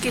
que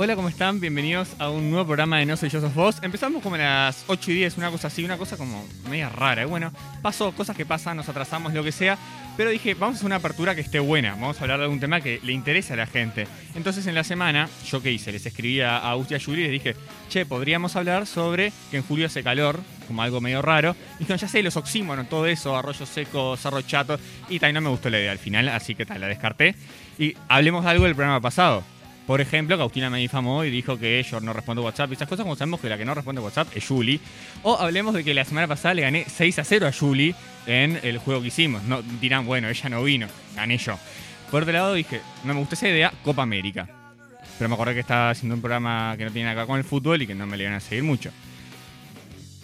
Hola, ¿cómo están? Bienvenidos a un nuevo programa de No Soy Yo Sos Vos. Empezamos como a las 8 y 10, una cosa así, una cosa como media rara. Y Bueno, pasó, cosas que pasan, nos atrasamos, lo que sea. Pero dije, vamos a hacer una apertura que esté buena. Vamos a hablar de algún tema que le interesa a la gente. Entonces, en la semana, ¿yo qué hice? Les escribí a Agustia y a Yuri y les dije, che, podríamos hablar sobre que en julio hace calor, como algo medio raro. Dijeron, ya sé, los oxímonos, todo eso, arroyo seco, cerro chato. Y también no me gustó la idea al final, así que tal, la descarté. Y hablemos de algo del programa pasado. Por ejemplo, Caustina me difamó y dijo que yo no respondo WhatsApp y esas cosas, como sabemos que la que no responde WhatsApp es Julie. O hablemos de que la semana pasada le gané 6 a 0 a Julie en el juego que hicimos. No, dirán, bueno, ella no vino, gané yo. Por otro lado dije, no me gusta esa idea, Copa América. Pero me acordé que estaba haciendo un programa que no tiene nada que ver con el fútbol y que no me le iban a seguir mucho.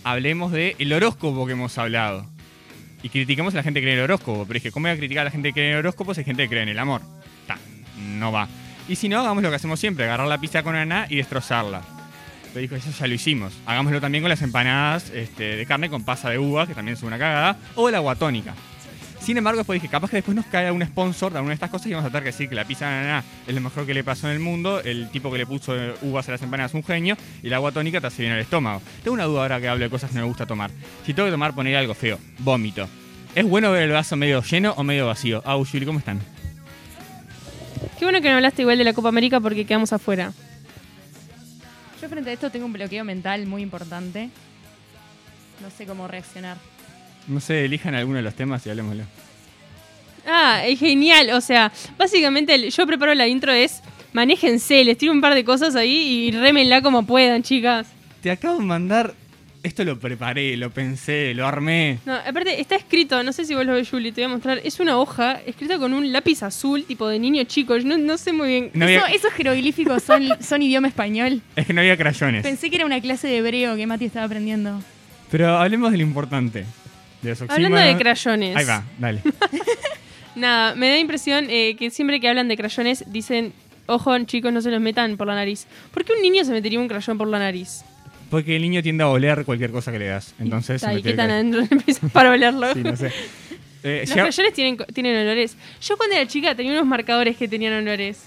Hablemos del el horóscopo que hemos hablado. Y criticamos a la gente que cree en el horóscopo. Pero dije, ¿cómo voy a criticar a la gente que cree en el horóscopo si hay gente que cree en el amor? Ta, no va. Y si no, hagamos lo que hacemos siempre, agarrar la pizza con aná y destrozarla. Pero dijo, eso ya lo hicimos. Hagámoslo también con las empanadas este, de carne con pasa de uva, que también es una cagada, o el agua tónica. Sin embargo, después dije, capaz que después nos cae algún sponsor de alguna de estas cosas y vamos a tener que decir que la pizza de ananá es lo mejor que le pasó en el mundo, el tipo que le puso eh, uvas a las empanadas es un genio, y el agua tónica te hace bien al estómago. Tengo una duda ahora que hablo de cosas que no me gusta tomar. Si tengo que tomar, poner algo feo. Vómito. ¿Es bueno ver el vaso medio lleno o medio vacío? Ah, Juli, ¿cómo están? Qué bueno que no hablaste igual de la Copa América porque quedamos afuera. Yo frente a esto tengo un bloqueo mental muy importante. No sé cómo reaccionar. No sé, elijan alguno de los temas y hablemoslo. Ah, es genial. O sea, básicamente el- yo preparo la intro es manéjense, les tiro un par de cosas ahí y rémenla como puedan, chicas. Te acabo de mandar. Esto lo preparé, lo pensé, lo armé. No, aparte está escrito, no sé si vos lo ves, Juli, te voy a mostrar. Es una hoja escrita con un lápiz azul, tipo de niño chico. Yo no, no sé muy bien. No Eso- había- esos jeroglíficos son, son idioma español. es que no había crayones. Pensé que era una clase de hebreo que Mati estaba aprendiendo. Pero hablemos de lo importante. De los Hablando oxímoros. de crayones. Ahí va, dale. Nada, me da impresión eh, que siempre que hablan de crayones dicen, ojo chicos, no se los metan por la nariz. ¿Por qué un niño se metería un crayón por la nariz? Porque el niño tiende a oler cualquier cosa que le das. Entonces. Está se ahí, metió ¿qué tan el adentro empiezas para olerlo? ca- Sí, no sé. Eh, Los llega- crayones tienen, co- tienen olores. Yo cuando era chica tenía unos marcadores que tenían olores.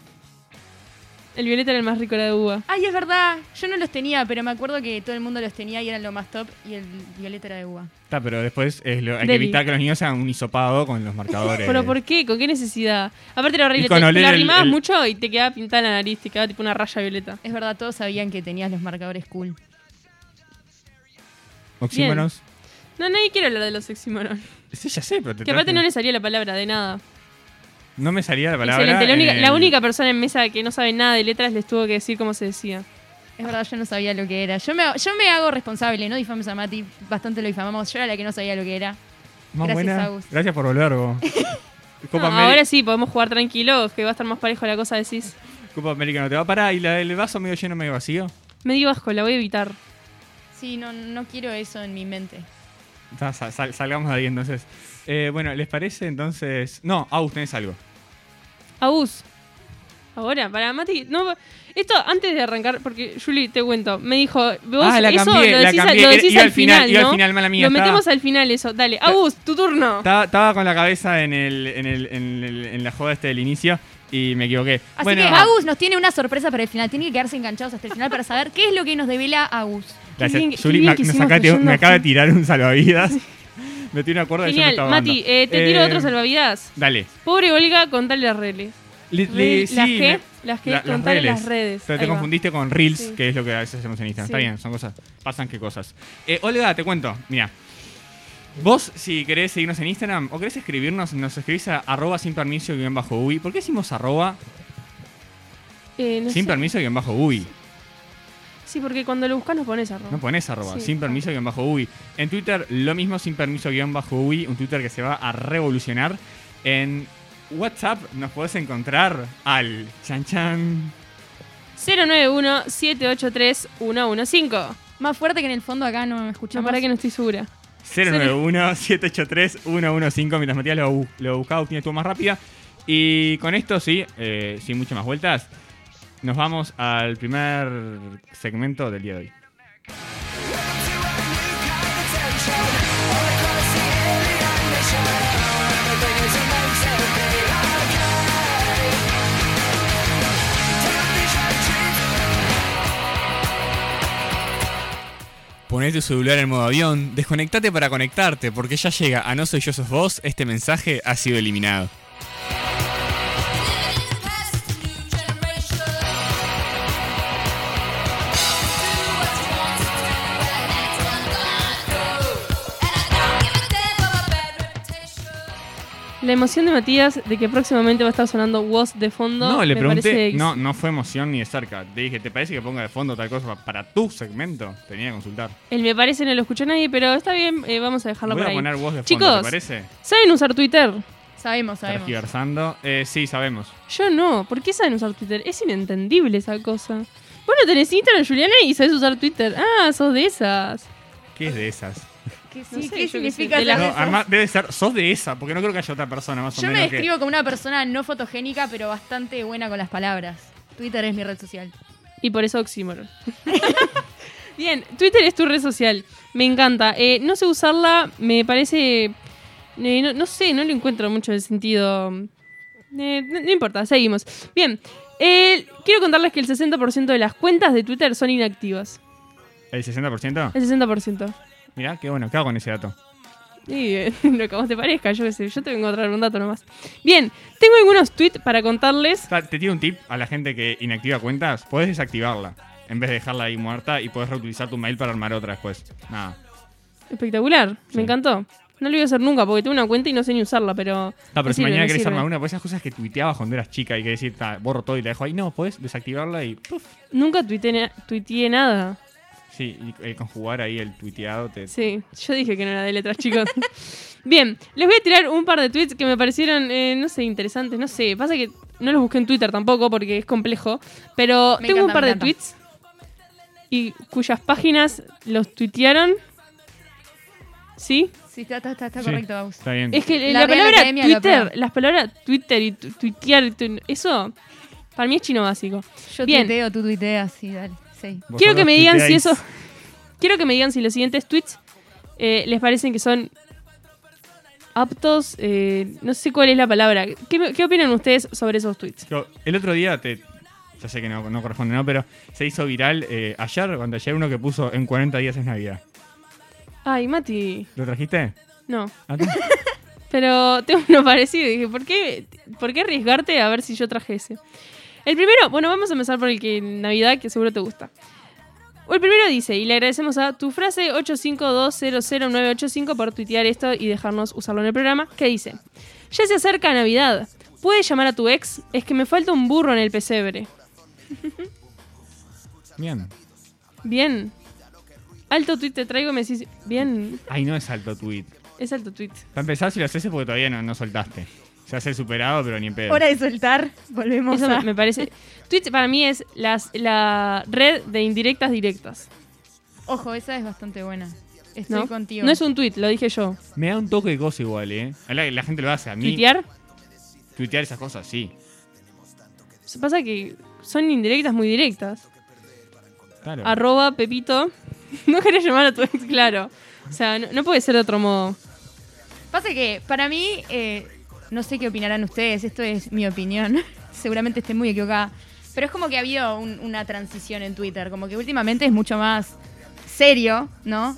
El violeta era el más rico, era de uva. Ay, es verdad. Yo no los tenía, pero me acuerdo que todo el mundo los tenía y eran lo más top. Y el violeta era de uva. Está, pero después es lo- hay que Deli. evitar que los niños hagan un hisopado con los marcadores. ¿Pero por qué? ¿Con qué necesidad? Aparte era horrible. Y con Te, te oler la el- arrimabas el- mucho y te quedaba pintada la nariz, te quedaba tipo una raya violeta. Es verdad, todos sabían que tenías los marcadores cool. Oxímonos. No, nadie quiere hablar de los oxímoron. Sí, ya sé, pero te Que aparte traje- no le salía la palabra de nada. No me salía la palabra. eh, Excelente. La única, en la el- única persona en mesa que no sabe nada de letras les tuvo que decir cómo se decía. Es verdad, yo no sabía lo que era. Yo me, yo me hago responsable, no difames a Mati. Bastante lo difamamos. Yo era la que no sabía lo que era. Más Gracias, buena. Agus. Gracias por volver, vos. No, Copa América- ahora sí, podemos jugar tranquilos, que va a estar más parejo la cosa, decís. Copa América no te va a parar. ¿Y la del vaso medio lleno, medio vacío? Medio bajo, la voy a evitar. Sí, no, no quiero eso en mi mente. Ta, sal- sal- salgamos de ahí entonces. Eh, bueno, ¿les parece entonces? No, Agus, tenés algo. Abus. Ahora, para Mati, no. Esto antes de arrancar, porque Juli, te cuento, me dijo, vos Ah, la eso cambié, lo la decís, al- cambié. lo decís Iba al al final, final, iba al ¿no? final, mala mía, Lo estaba- metemos al final eso, dale. Abus, tu turno. Estaba, estaba con la cabeza en, el, en, el, en, el- en la joda este del inicio y me equivoqué. Así bueno, que Agus nos tiene una sorpresa para el final. Tienen que quedarse enganchados hasta el final para saber qué es lo que nos devela Agus. gracias. Qué bien- Juli, qué bien me, me que hicimos saca- te- cayendo me acaba de aquí. tirar un salvavidas. Metí una cuerda y yo me Genial, estaba Mati, ahogando. eh, te tiro Eh, otro salvavidas. Dale. Pobre Olga, contale las redes. Le- Re- le- las sí, que- me- las que la- contar en las redes. Pero te Ahí va. confundiste con Reels, Sí. que es lo que a veces hacemos en Instagram. Sí. Está bien, son cosas. Pasan qué cosas. Eh, Olga, te cuento. Mira. Vos, si querés seguirnos en Instagram o querés escribirnos, nos escribís a arroba sin permiso guión bajo UI. ¿Por qué decimos arroba? Eh, no sin sé. permiso y en bajo uy. Sí, porque cuando lo buscas no pones arroba. No pones arroba, Sí. sin permiso guión bajo UI. En Twitter lo mismo, sin permiso guión bajo UI, un Twitter que se va a revolucionar. En WhatsApp nos podés encontrar al chan chan. 091-783-115. Más fuerte que en el fondo acá no escuchamos. No, para que no estoy segura. 091-783-115 mientras Matías lo, bu- lo buscaba, tiene tu más rápida. Y con esto, sí, eh, sin muchas más vueltas, nos vamos al primer segmento del día de hoy. Poné tu celular en modo avión, desconectate para conectarte, porque ya llega a No Soy Yo Sos Vos, este mensaje ha sido eliminado. La emoción de Matías de que próximamente va a estar sonando voz de fondo. No, le me pregunté, parece- no, no fue emoción ni de cerca. Te dije, ¿te parece que ponga de fondo tal cosa para tu segmento? Tenía que consultar. El me parece no lo escuchó nadie, pero está bien, eh, vamos a dejarlo Voy por a ahí. poner voz de fondo, Chicos, ¿te parece? ¿Saben usar Twitter? Sabemos, sabemos. Tergiversando. Eh, sí, sabemos. Yo no. ¿Por qué saben usar Twitter? Es inentendible esa cosa. Vos no tenés Instagram, Juliana, y sabés usar Twitter. Ah, sos de esas. ¿Qué es de esas? ¿Qué, No sé, ¿qué yo qué significa sé, de las- hacer No, eso? además debe ser, sos de esa, porque no creo que haya otra persona más o Yo me menos que- describo como una persona no fotogénica, pero bastante buena con las palabras. Twitter es mi red social. Y por eso oxímoron. Bien, Twitter es tu red social. Me encanta. Eh, no sé usarla, me parece. eh, no, no sé, no le encuentro mucho el sentido. Eh, no, no importa, seguimos. Bien, eh, quiero contarles que el 60% de las cuentas de Twitter son inactivas. ¿El 60%? El 60%. Mirá, qué bueno, ¿qué hago con ese dato? Y eh, lo que a vos te parezca, yo qué sé, yo te vengo a traer un dato nomás. Bien, tengo algunos tweets para contarles. O sea, te tiro un tip a la gente que inactiva cuentas, podés desactivarla en vez de dejarla ahí muerta y podés reutilizar tu mail para armar otra después. Nada. Espectacular, Sí. me encantó. No lo voy a hacer nunca porque tengo una cuenta y no sé ni usarla, pero. No, pero me si sirve, mañana me querés sirve. armar una, pues esas cosas que tuiteabas cuando eras chica y que decir, "Ta, borro todo y la dejo ahí. No, podés desactivarla y. puf. Nunca tuiteé, na- tuiteé nada. Sí, y el conjugar ahí el tuiteado te. Sí, yo dije que no era de letras, chicos. Bien, les voy a tirar un par de tweets que me parecieron, eh, no sé, interesantes, no sé. Pasa que no los busqué en Twitter tampoco porque es complejo, pero Me tengo encanta, un par me de encanta. tweets y cuyas páginas los tuitearon. ¿Sí? Sí, está, está, está, está Sí, correcto, Baus. Está bien. Es que La la, Real palabra Academia lo Twitter, aprueba. las palabras Twitter y tu- tuitear, y tu- eso para mí es chino básico. Yo Bien. tuiteo, tú tuiteas, sí, dale. Sí. Vos Quiero que solo me digan si tuiteáis. eso. Quiero que me digan si los siguientes tweets eh, les parecen que son aptos. eh, no sé cuál es la palabra. ¿Qué, me- qué opinan ustedes sobre esos tweets? Yo, el otro día te. Ya sé que no, no corresponde, ¿no? Pero se hizo viral eh, ayer, cuando ayer uno que puso en 40 días es Navidad. Ay, Mati. ¿Lo trajiste? Ah, No. ¿A ti? Pero tengo uno parecido. y Dije, ¿por qué, ¿por qué arriesgarte a ver si yo traje ese? El primero, bueno, vamos a empezar por el que Navidad, que seguro te gusta. El primero dice, y le agradecemos a tu frase 852000985 por tuitear esto y dejarnos usarlo en el programa, que dice, ya se acerca Navidad, ¿puedes llamar a tu ex? Es que me falta un burro en el pesebre. Bien. Bien. Alto tweet te traigo, me decís, bien, Ay, no es alto tweet. es alto tweet. Para empezar, si lo haces es porque todavía no, no soltaste. Se hace el superado, pero ni en pedo. Hora de soltar, volvemos Eso a... me, me parece. Twitch para mí es las, la red de indirectas directas. Ojo, esa es bastante buena. Estoy ¿no? contigo. no es un tweet, lo dije yo. Me da un toque de cosa igual, ¿eh? La, la gente lo hace a mí. Tuitear. Tuitear esas cosas, sí. Pasa que son indirectas muy directas. Claro. Arroba Pepito. No querés llamar a tu ex, claro. O sea, no, no puede ser de otro modo. Pasa que para mí, eh, no sé qué opinarán ustedes, esto es mi opinión, seguramente esté muy equivocada, pero es como que ha habido un- una transición en Twitter, como que últimamente es mucho más serio, ¿no?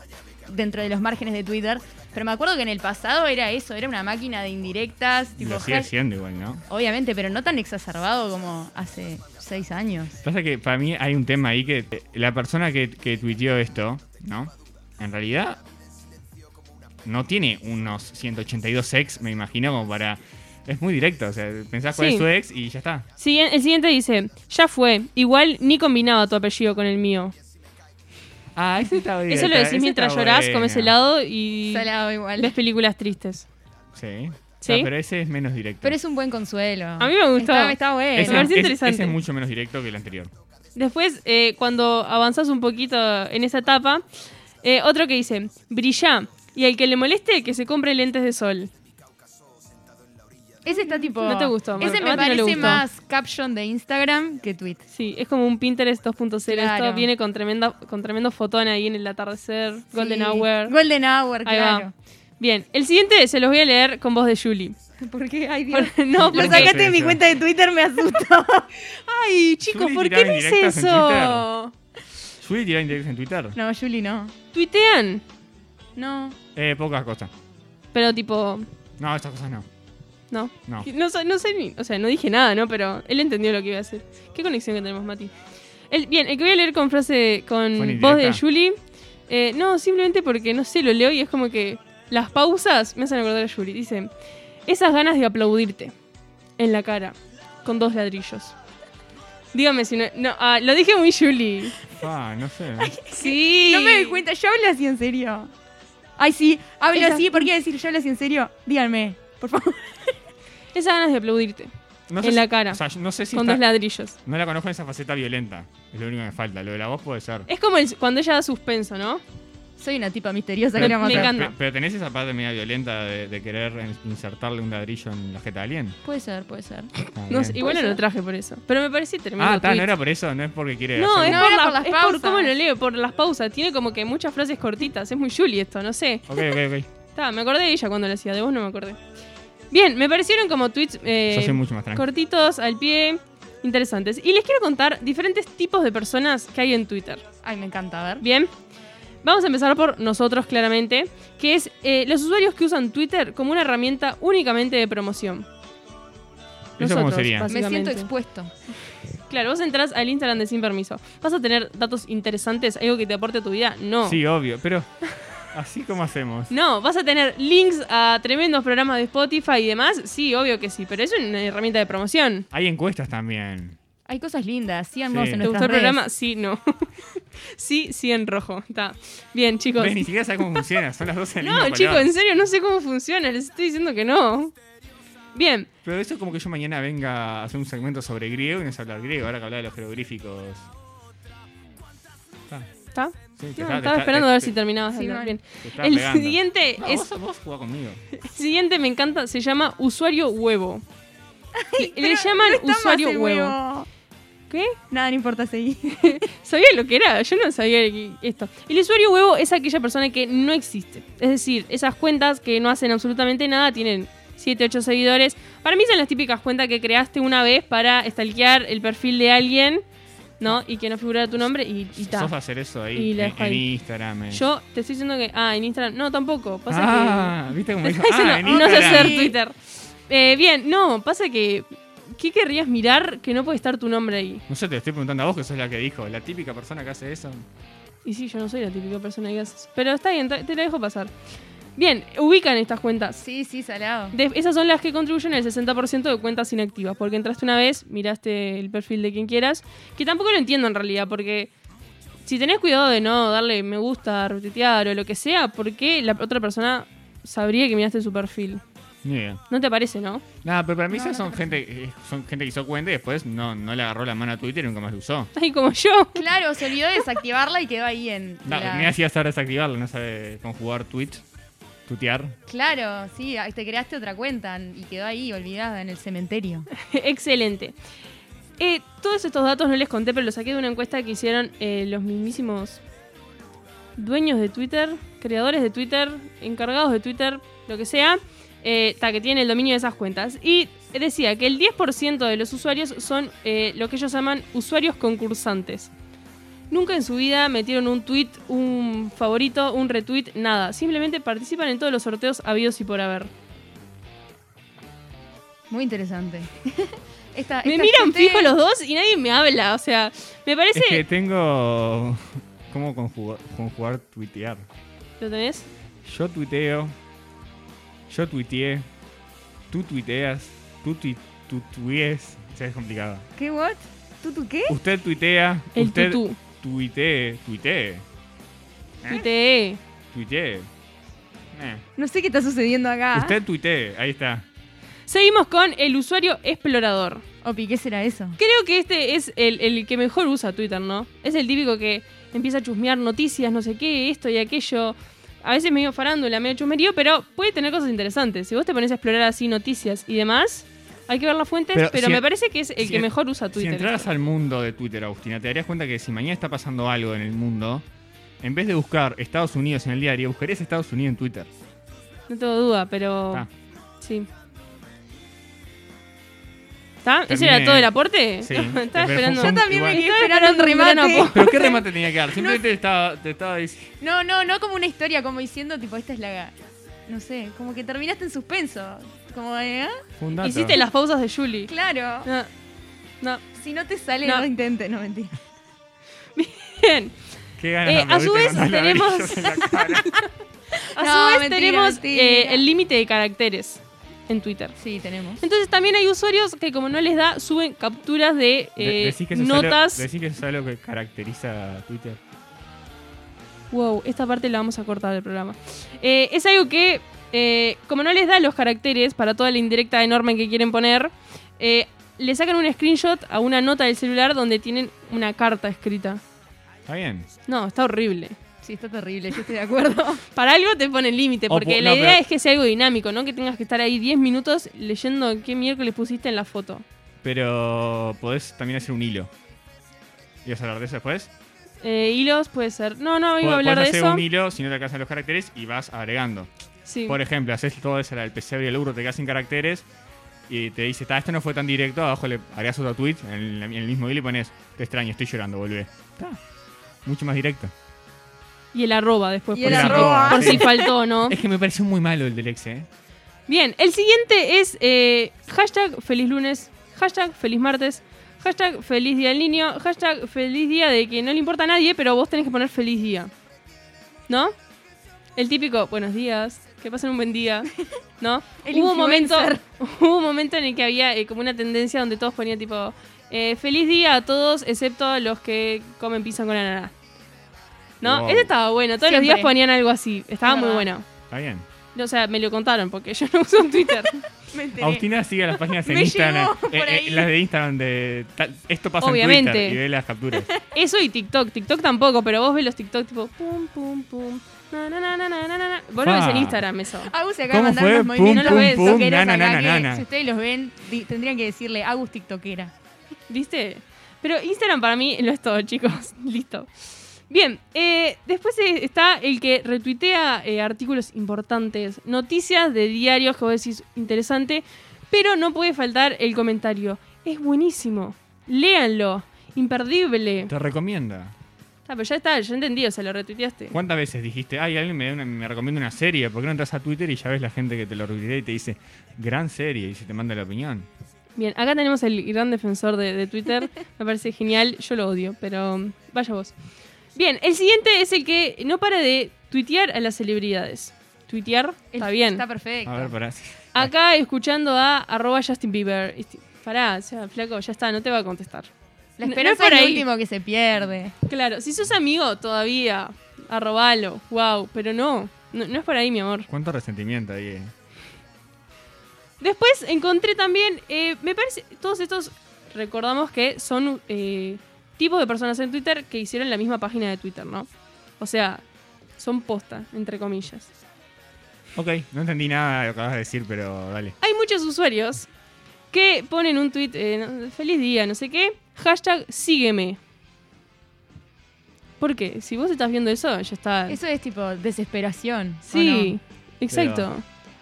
Dentro de los márgenes de Twitter, pero me acuerdo que en el pasado era eso, era una máquina de indirectas, tipo, lo sigue hash- siendo igual, ¿no? obviamente, pero no tan exacerbado como hace seis años. Pasa que para mí hay un tema ahí que eh, la persona que, que tuiteó esto, ¿no? En realidad no tiene unos 182 ex, me imagino, como para Es muy directo, o sea, pensás cuál Sí. es su ex y ya está. Siguien- el siguiente dice, ya fue, igual ni combinaba tu apellido con el mío. Ah, ese está bien. Eso lo decís mientras llorás, comes helado y Salado ves igual. películas tristes. Sí. Sí. Ah, pero ese es menos directo. Pero es un buen consuelo. A mí me gustó. Está, está bueno. Ese- me pareció ese- interesante. ese es mucho menos directo que el anterior. Después, eh, cuando avanzás un poquito en esa etapa, eh, otro que dice, brilla. Y al que le moleste, que se compre lentes de sol. Ese está tipo. No te gustó, Mar- Ese a Mati me no le parece gustó. más caption de Instagram que tweet. Sí, es como un Pinterest 2.0. Esto Claro. viene con, tremenda, con tremendo fotón ahí en el atardecer, Golden Sí. Hour. Golden Hour, Ahí claro. Bien, el siguiente se los voy a leer con voz de Julie. ¿Por qué? Ay, Dios. Por- no, Lo Los porque... acá- sacaste de mi Sí, sí. cuenta de Twitter, me asustó. Ay, chicos, Julie ¿por qué tiraba me hice indirectas en eso? Subí tirar indirectos en Twitter. No, Julie, no. Tuitean, No. Eh, pocas cosas. pero tipo, No, estas cosas no. no. No. No, sé- no sé ni, o sea, no dije nada, ¿no? Pero él entendió lo que iba a hacer. ¿Qué conexión que tenemos, Mati? El- bien, el que voy a leer con frase, ¿Fue con en voz de indirecta? Julie. eh, no, simplemente porque, no sé, lo leo y es como que las pausas me hacen acordar a Julie. Dice, esas ganas de aplaudirte en la cara con dos ladrillos. Dígame si no... no ah, lo dije muy Julie. Ah, no sé. Sí. No me doy cuenta, yo hablo así en serio. Ay, sí, hablo Esa- así. ¿Por qué decir yo hablo así en serio? Díganme, por favor. Esas ganas de aplaudirte No en sé si- la cara O sea, yo no sé si con está- dos ladrillos. no la conozco en esa faceta violenta. Es lo único que me falta. Lo de la voz puede ser. Es como el- cuando ella da suspenso, ¿no? Soy una tipa misteriosa Me- que la me mata. encanta. Pe- pero tenés esa parte media violenta de, de querer en- insertarle un ladrillo en la jeta de alguien. Puede ser, puede ser. Ah, No bien. sé, igual no lo traje por eso. Pero me pareció tremendo. ah, está, tweet. no era por eso, no es porque quiere. No, hacer un- es, No, por era la- por las es por pausas. cómo lo leo, por las pausas. Tiene como que muchas frases cortitas. Es muy Julie esto, no sé. Ok, ok, ok. Está, me acordé de ella cuando lo hacía, de vos no me acordé. Bien, me parecieron como tweets eh, Yo soy mucho más tranquilo. cortitos, al pie, interesantes. Y les quiero contar diferentes tipos de personas que hay en Twitter. Ay, me encanta, a ver. Bien. Vamos a empezar por nosotros, claramente, que es eh, los usuarios que usan Twitter como una herramienta únicamente de promoción. ¿Eso cómo Nosotros, sería? básicamente. Me siento expuesto. Claro, vos entras al Instagram de Sin Permiso. ¿Vas a tener datos interesantes, algo que te aporte a tu vida? No. Sí, obvio, pero así como hacemos. No, ¿vas a tener links a tremendos programas de Spotify y demás? Sí, obvio que sí, pero es una herramienta de promoción. Hay encuestas también. Hay cosas lindas, síganos Sí. en ¿Te nuestras gustó el redes. programa? Sí, no. sí, sí en rojo. Está. Bien, chicos. Ves, ni siquiera sabes cómo funciona, son las 12 del No, mismo chicos, color. en serio, no sé cómo funciona. Les estoy diciendo que no. Bien, Pero eso es como que yo mañana venga a hacer un segmento sobre griego y no sé hablar griego, ahora que hablaba de los jeroglíficos. Ah, ¿está? sí, te está- te No, estaba está- esperando te- a ver te- si terminabas de Sí, hablar. mal. Bien. te está El pegando. siguiente No, es. vos, vos jugá conmigo. El siguiente me encanta, se llama usuario huevo. Le- le llaman Está más usuario el huevo. ¿Qué? Nada, no importa, seguí. ¿Sabía lo que era? Yo no sabía que- esto. El usuario huevo es aquella persona que no existe. Es decir, esas cuentas que no hacen absolutamente nada, tienen 7, 8 seguidores. Para mí son las típicas cuentas que creaste una vez para stalkear el perfil de alguien, ¿no? Y que no figurara tu nombre y, y ta. Sos a hacer eso Y ahí en, la dejo en ahí. Instagram. eh. Yo te estoy diciendo que. Ah, en Instagram. No, tampoco. Pasa que. ah, ¿viste cómo Te dijo? está Ah, en diciendo, no sé Instagram. hacer Twitter. Eh, bien, no, pasa que. ¿Qué querrías mirar que no puede estar tu nombre ahí? No sé, te estoy preguntando a vos que sos la que dijo, la típica persona que hace eso. Y sí, yo no soy la típica persona que haces. Pero está bien, te te la dejo pasar. Bien, ubican estas cuentas. Sí, sí, salado. De- esas son las que contribuyen el 60% de cuentas inactivas. Porque entraste una vez, miraste el perfil de quien quieras. Que tampoco lo entiendo en realidad, porque si tenés cuidado de no darle me gusta, retuitear o lo que sea, ¿por qué la otra persona sabría que miraste su perfil? Ni idea. No te parece, ¿no? Nada, pero para mí No, esas no son te gente eh, son gente que hizo cuenta y después no, no le agarró la mano a Twitter y nunca más lo usó. Ay, como yo. Claro, se olvidó de desactivarla y quedó ahí en. No, la- Mira si hasta desactivarlo, no sabe conjugar tweet, tutear. Claro, sí, te creaste otra cuenta y quedó ahí olvidada en el cementerio. Excelente. Eh, todos estos datos no les conté, pero los saqué de una encuesta que hicieron eh, los mismísimos dueños de Twitter, creadores de Twitter, encargados de Twitter, lo que sea, eh, ta, que tiene el dominio de esas cuentas. Y decía que el 10% de los usuarios son eh, lo que ellos llaman usuarios concursantes. Nunca en su vida metieron un tweet, un favorito, un retweet, nada. Simplemente participan en todos los sorteos habidos y por haber. Muy interesante. Esta- Me esta miran gente- fijo los dos y nadie me habla. O sea, me parece. Es que tengo. ¿Cómo conjugar, conjugar tuitear? ¿Lo tenés? Yo tuiteo. Yo tuiteé. tú tuiteas, tú tui- tú tuies, o sea, es complicado. ¿Qué, what? ¿Tú, tú qué? Usted tuitea, El usted tutú. tuitee, tuitee, ¿Eh? Tuiteé. tuitee. Eh. No sé qué está sucediendo Ah. acá. Usted tuitee, ahí está. Seguimos con el usuario explorador. Opi, ¿qué será eso? Creo que este es el, el que mejor usa Twitter, ¿no? Es el típico que empieza a chusmear noticias, no sé qué, esto y aquello. A veces medio farándula, medio chusmerío, pero puede tener cosas interesantes. Si vos te pones a explorar así noticias y demás, hay que ver las fuentes, Pero pero, si- me parece que es el si- que mejor usa Si Twitter. entraras al mundo de Twitter, Agustina, te darías cuenta que si mañana está pasando algo en el mundo, en vez de buscar Estados Unidos en el diario, buscarías Estados Unidos en Twitter. No tengo duda, pero. Está. Sí. ¿Está? ¿Ese Terminé. era todo el aporte? Sí. Estaba Pero esperando. fue Yo un- también igual- me quedé Estaba esperando un esperando un remate. ¿Pero qué remate tenía que dar? Simplemente te, estaba, te estaba diciendo... No, no, no como una historia, como diciendo, tipo, esta es la. No sé, como que terminaste en suspenso. Como, ¿eh? fue un dato. Hiciste las pausas de Julie. Claro. No. No. Si no te sale, no, No. intentes, no mentira. Bien. Qué ganas Eh, de a su abrirte vez con los ladrillos tenemos- en la cara. A No, su vez mentira, tenemos mentira. eh, el límite de caracteres en Twitter. Sí, tenemos. Entonces también hay usuarios que como no les da, suben capturas de, De- eh, decís que eso es algo- notas. decís que eso es algo que caracteriza a Twitter. Wow, esta parte la vamos a cortar del programa. Eh, es algo que, eh, como no les da los caracteres para toda la indirecta enorme que quieren poner, eh, le sacan un screenshot a una nota del celular donde tienen una carta escrita. Está bien. No, está horrible. Sí, está terrible, yo estoy de acuerdo. Para algo te ponen límite, O porque pu- la no, idea pero- es que sea algo dinámico, ¿no? Que tengas que estar ahí 10 minutos leyendo qué miércoles pusiste en la foto. Pero podés también hacer un hilo. ¿Ibas a hablar de eso después? Eh, hilos puede ser. No, no, iba a Po- hablar de podés hacer eso. un hilo si no te alcanzan los caracteres y vas agregando. Sí. Por ejemplo, haces todo eso, el pesebre y el burro, te quedas sin caracteres y te dice, "Ta, esto no fue tan directo, abajo le harías otro tweet en el, en el mismo hilo y pones, te extraño, estoy llorando, volvé. Ta. Mucho más directo. Y el arroba después, Y por, el si- arroba. por Sí. si faltó, ¿no? Es que me pareció muy malo el del ex, ¿eh? Bien, el siguiente es eh, hashtag feliz lunes, hashtag feliz martes, hashtag feliz día del niño, hashtag feliz día de que no le importa a nadie, pero vos tenés que poner feliz día. ¿No? El típico buenos días, que pasen un buen día. ¿No? El hubo, un momento, influencer. hubo un momento en el que había eh, como una tendencia donde todos ponían tipo eh, feliz día a todos, excepto los que comen pizza con ananá. ¿No? Wow. Ese estaba bueno. Todos los Siempre. días ponían algo así. Estaba muy verdad. bueno. Está bien. O sea, me lo contaron porque yo no uso Twitter. Me enteré. Agustina sigue las páginas en Este, Me Instagram. llegó eh, por eh, ahí. las de Instagram de tal- esto pasa Obviamente. en Twitter y ve las capturas. Eso y TikTok. TikTok tampoco, pero vos ves los TikTok tipo pum, pum, pum. Na, na, na, na, na, na, na. Vos lo Ah. ves en Instagram eso. Agus se acaba de ¿Cómo mandar fue? unos Pum, movimientos pum, que pum, tiktokeros na, na, na, acá na, que na. Si ustedes los ven, di- tendrían que decirle Agus TikTokera. ¿Viste? Pero Instagram para mí lo es todo, chicos. Listo. Bien, eh, después eh, está el que retuitea eh, artículos importantes, noticias de diarios que vos decís interesante, pero no puede faltar el comentario. Es buenísimo. Léanlo. Imperdible. Te recomienda. Ah, pero ya está, ya entendí, o sea, lo retuiteaste. ¿Cuántas veces dijiste, ay, alguien me, da una- me recomienda una serie? ¿Por qué no entras a Twitter y ya ves la gente que te lo retuitea y te dice, gran serie? Y se te manda la opinión. Bien, acá tenemos el gran defensor de, de Twitter. Me parece genial. Yo lo odio, pero um, vaya vos. Bien, el siguiente es el que no para de tuitear a las celebridades. Tuitear, está bien. Está perfecto. A ver, pará. Acá escuchando a arroba Justin Bieber. Y esti- Pará, o sea, flaco, ya está, no te va a contestar. La No- no esperanza es por es lo ahí. último que se pierde. Claro, si sos amigo todavía, arrobalo, wow, pero no, no, no es por ahí, mi amor. ¿Cuánto resentimiento ahí? eh? Después encontré también, eh, me parece, todos estos recordamos que son eh, tipos de personas en Twitter que hicieron la misma página de Twitter, ¿no? O sea, son posta, entre comillas. Ok, no entendí nada de lo que acabas de decir, pero dale. Hay muchos usuarios que ponen un tweet, eh, no- feliz día, no sé qué, hashtag sígueme. ¿Por qué? Si vos estás viendo eso, ya está. Eso es tipo desesperación. ¿o sí, Pero- exacto.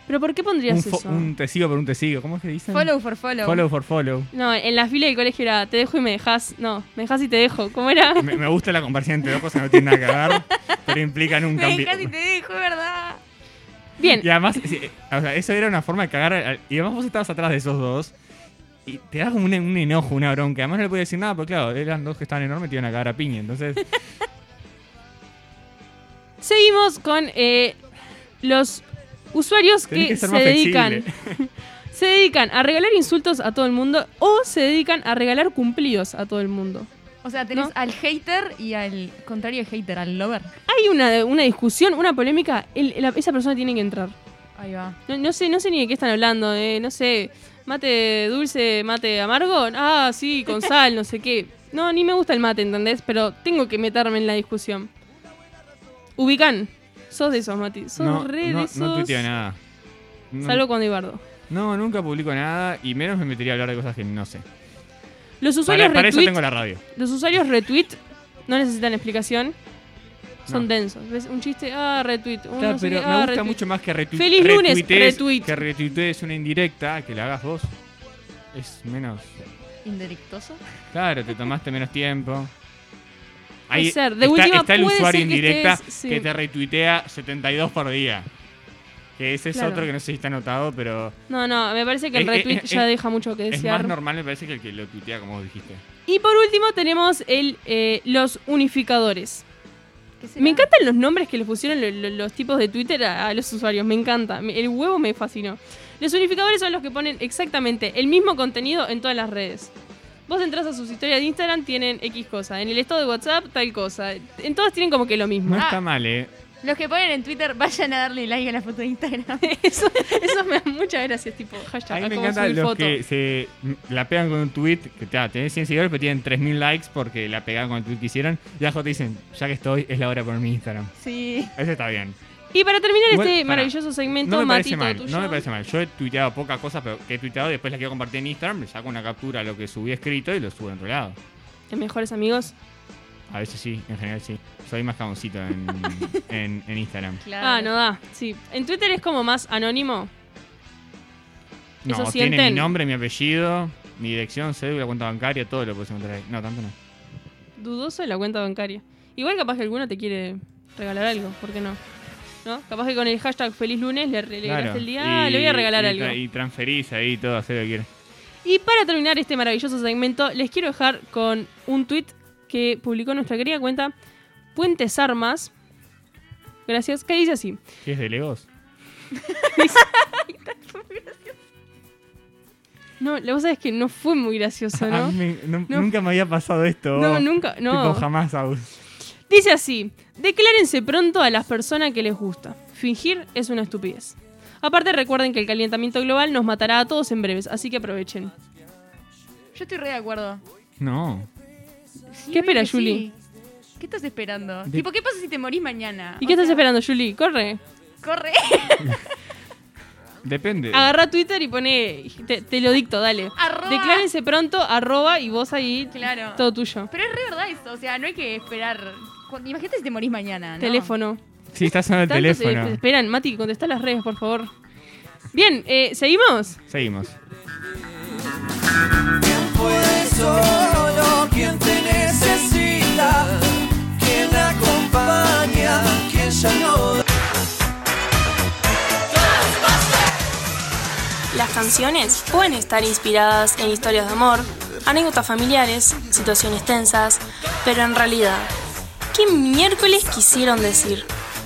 Pero ¿por qué Un, pondrías fo- eso? un te sigo por un te sigo. ¿Cómo es que no? dicen? Follow for follow. Follow for follow. No, en la fila del colegio era te dejo y me dejas. No, me dejas y te dejo. ¿Cómo era? Me, me gusta la comparación entre dos cosas, no tiene nada que ver, pero implican un Me cambio. casi te dejo, ¿verdad? Bien, Y además, sí, eh, o sea, eso era una forma de cagar. al- Y además vos estabas atrás de esos dos. Y te da como un, un enojo, una bronca. Además no le podía decir nada, porque claro, eran dos que estaban enormes y te iban a cagar a piña. Entonces, Seguimos con eh, los usuarios tenés que, que ser se más dedican. flexible. se dedican a regalar insultos a todo el mundo o se dedican a regalar cumplidos a todo el mundo. O sea, tenés ¿No? al hater y al contrario de hater, al lover. Hay una, una discusión, una polémica, el- la- esa persona tiene que entrar. Ahí va. No, no sé, no sé ni de qué están hablando, de, no sé, mate dulce, mate amargo, ah, sí, con sal, no sé qué. No, ni me gusta el mate, ¿entendés? Pero tengo que meterme en la discusión. Ubican, sos de esos, Mati, sos no, re no, de no esos. tuiteo nada. No, Salvo cuando Ibardo. no, nunca publico nada y menos me metería a hablar de cosas que no sé. Los usuarios Para, para eso retweet- Ah, tengo la radio. Los usuarios retweet no necesitan explicación. Son No. densos. ¿Ves? Un chiste, ah, retweet. un Claro, no sé pero qué, me ah, gusta retweet. mucho más que retweet. Feliz lunes, retweet. Que retuitees una indirecta, que la hagas vos. Es menos. Indirectoso. Claro, te tomaste menos tiempo. Puede ser. De está, última, está el puede usuario ser que indirecta estés- sí. que te retuitea 72 por día. Que ese es Claro. otro que no sé si está anotado, pero No, no, me parece que Es- el es- retweet es- ya deja mucho que eh, es más desear. normal me parece que el que lo tuitea, como vos dijiste. y por último tenemos el, eh, los unificadores. ¿Qué será? Me encantan los nombres que les pusieron lo- lo- los tipos de Twitter a, a los usuarios. Me encanta. Me- El huevo me fascinó. Los unificadores son los que ponen exactamente el mismo contenido en todas las redes. Vos entras a sus historias de Instagram, tienen X cosa. En el estado de WhatsApp, tal cosa. En todas tienen como que lo mismo. No Ah. está mal, ¿eh? Los que ponen en Twitter, vayan a darle like a la foto de Instagram. Eso, eso me da mucha gracia, es tipo, hashtag, A mí me acabo de encantan subir los foto. que se la pegan con un tweet que ta, tenés 100 seguidores pero tienen 3000 likes porque la pegaron con el tweet que hicieron y abajo te dicen, ya que estoy, es la hora por mi Instagram. Sí. Eso está bien. Y para terminar Igual, este pará. maravilloso segmento, No me parece Matito mal, tuyo. no me parece mal. Yo he tuiteado pocas cosas pero que he tuiteado y después las quiero compartir en Instagram, le saco una captura a lo que subí escrito y lo subo en otro lado. En mejores amigos. A veces sí, en general sí. Soy más cagoncito en, en, en Instagram. Claro. Ah, no da. Sí. En Twitter es como más anónimo. No, Eso tiene sienten. mi nombre, mi apellido, mi dirección, cédula, cuenta bancaria, todo lo puedes encontrar ahí. No, tanto no. Dudoso de la cuenta bancaria. Igual capaz que alguno te quiere regalar algo, ¿por qué no? ¿No? Capaz que con el hashtag feliz lunes le Claro. le regalaste el día, ah, Y- le voy a regalar y algo. tra- Y transferís ahí todo, hacer lo que quieras. Y para terminar este maravilloso segmento, les quiero dejar con un tweet que publicó nuestra querida cuenta Puentes Armas. Gracias. Que dice así. ¿Qué es de Legos? No, la cosa es que no fue muy gracioso, A ¿no? mí me- no- No. Nunca me había pasado esto. No, nunca, no. Tipo, jamás, aún. Dice así, declárense pronto a las personas que les gusta. Fingir es una estupidez. Aparte recuerden que el calentamiento global nos matará a todos en breves, así que aprovechen. Yo estoy re de acuerdo. No. Sí, ¿Qué espera, obvio que Juli? sí. ¿Qué estás esperando? De- Tipo, ¿qué pasa si te morís mañana? ¿Y O qué estás sea, esperando, Julie? Corre. Corre. Depende. Agarra Twitter y pone, te, te lo dicto, dale. Arroba. Declárense pronto, arroba y vos ahí, Claro. todo tuyo. Pero es re verdad eso. O sea, no hay que esperar. Cu- Imagínate si te morís mañana. ¿no? Teléfono. Sí, está sonando el Tanto se teléfono. esperan, Mati, contestá las redes, por favor. Bien, eh, ¿seguimos? Seguimos. Pues solo quien te necesita, quien acompaña, quien ya no Las canciones pueden estar inspiradas en historias de amor, anécdotas familiares, situaciones tensas, pero en realidad, ¿qué miércoles quisieron decir?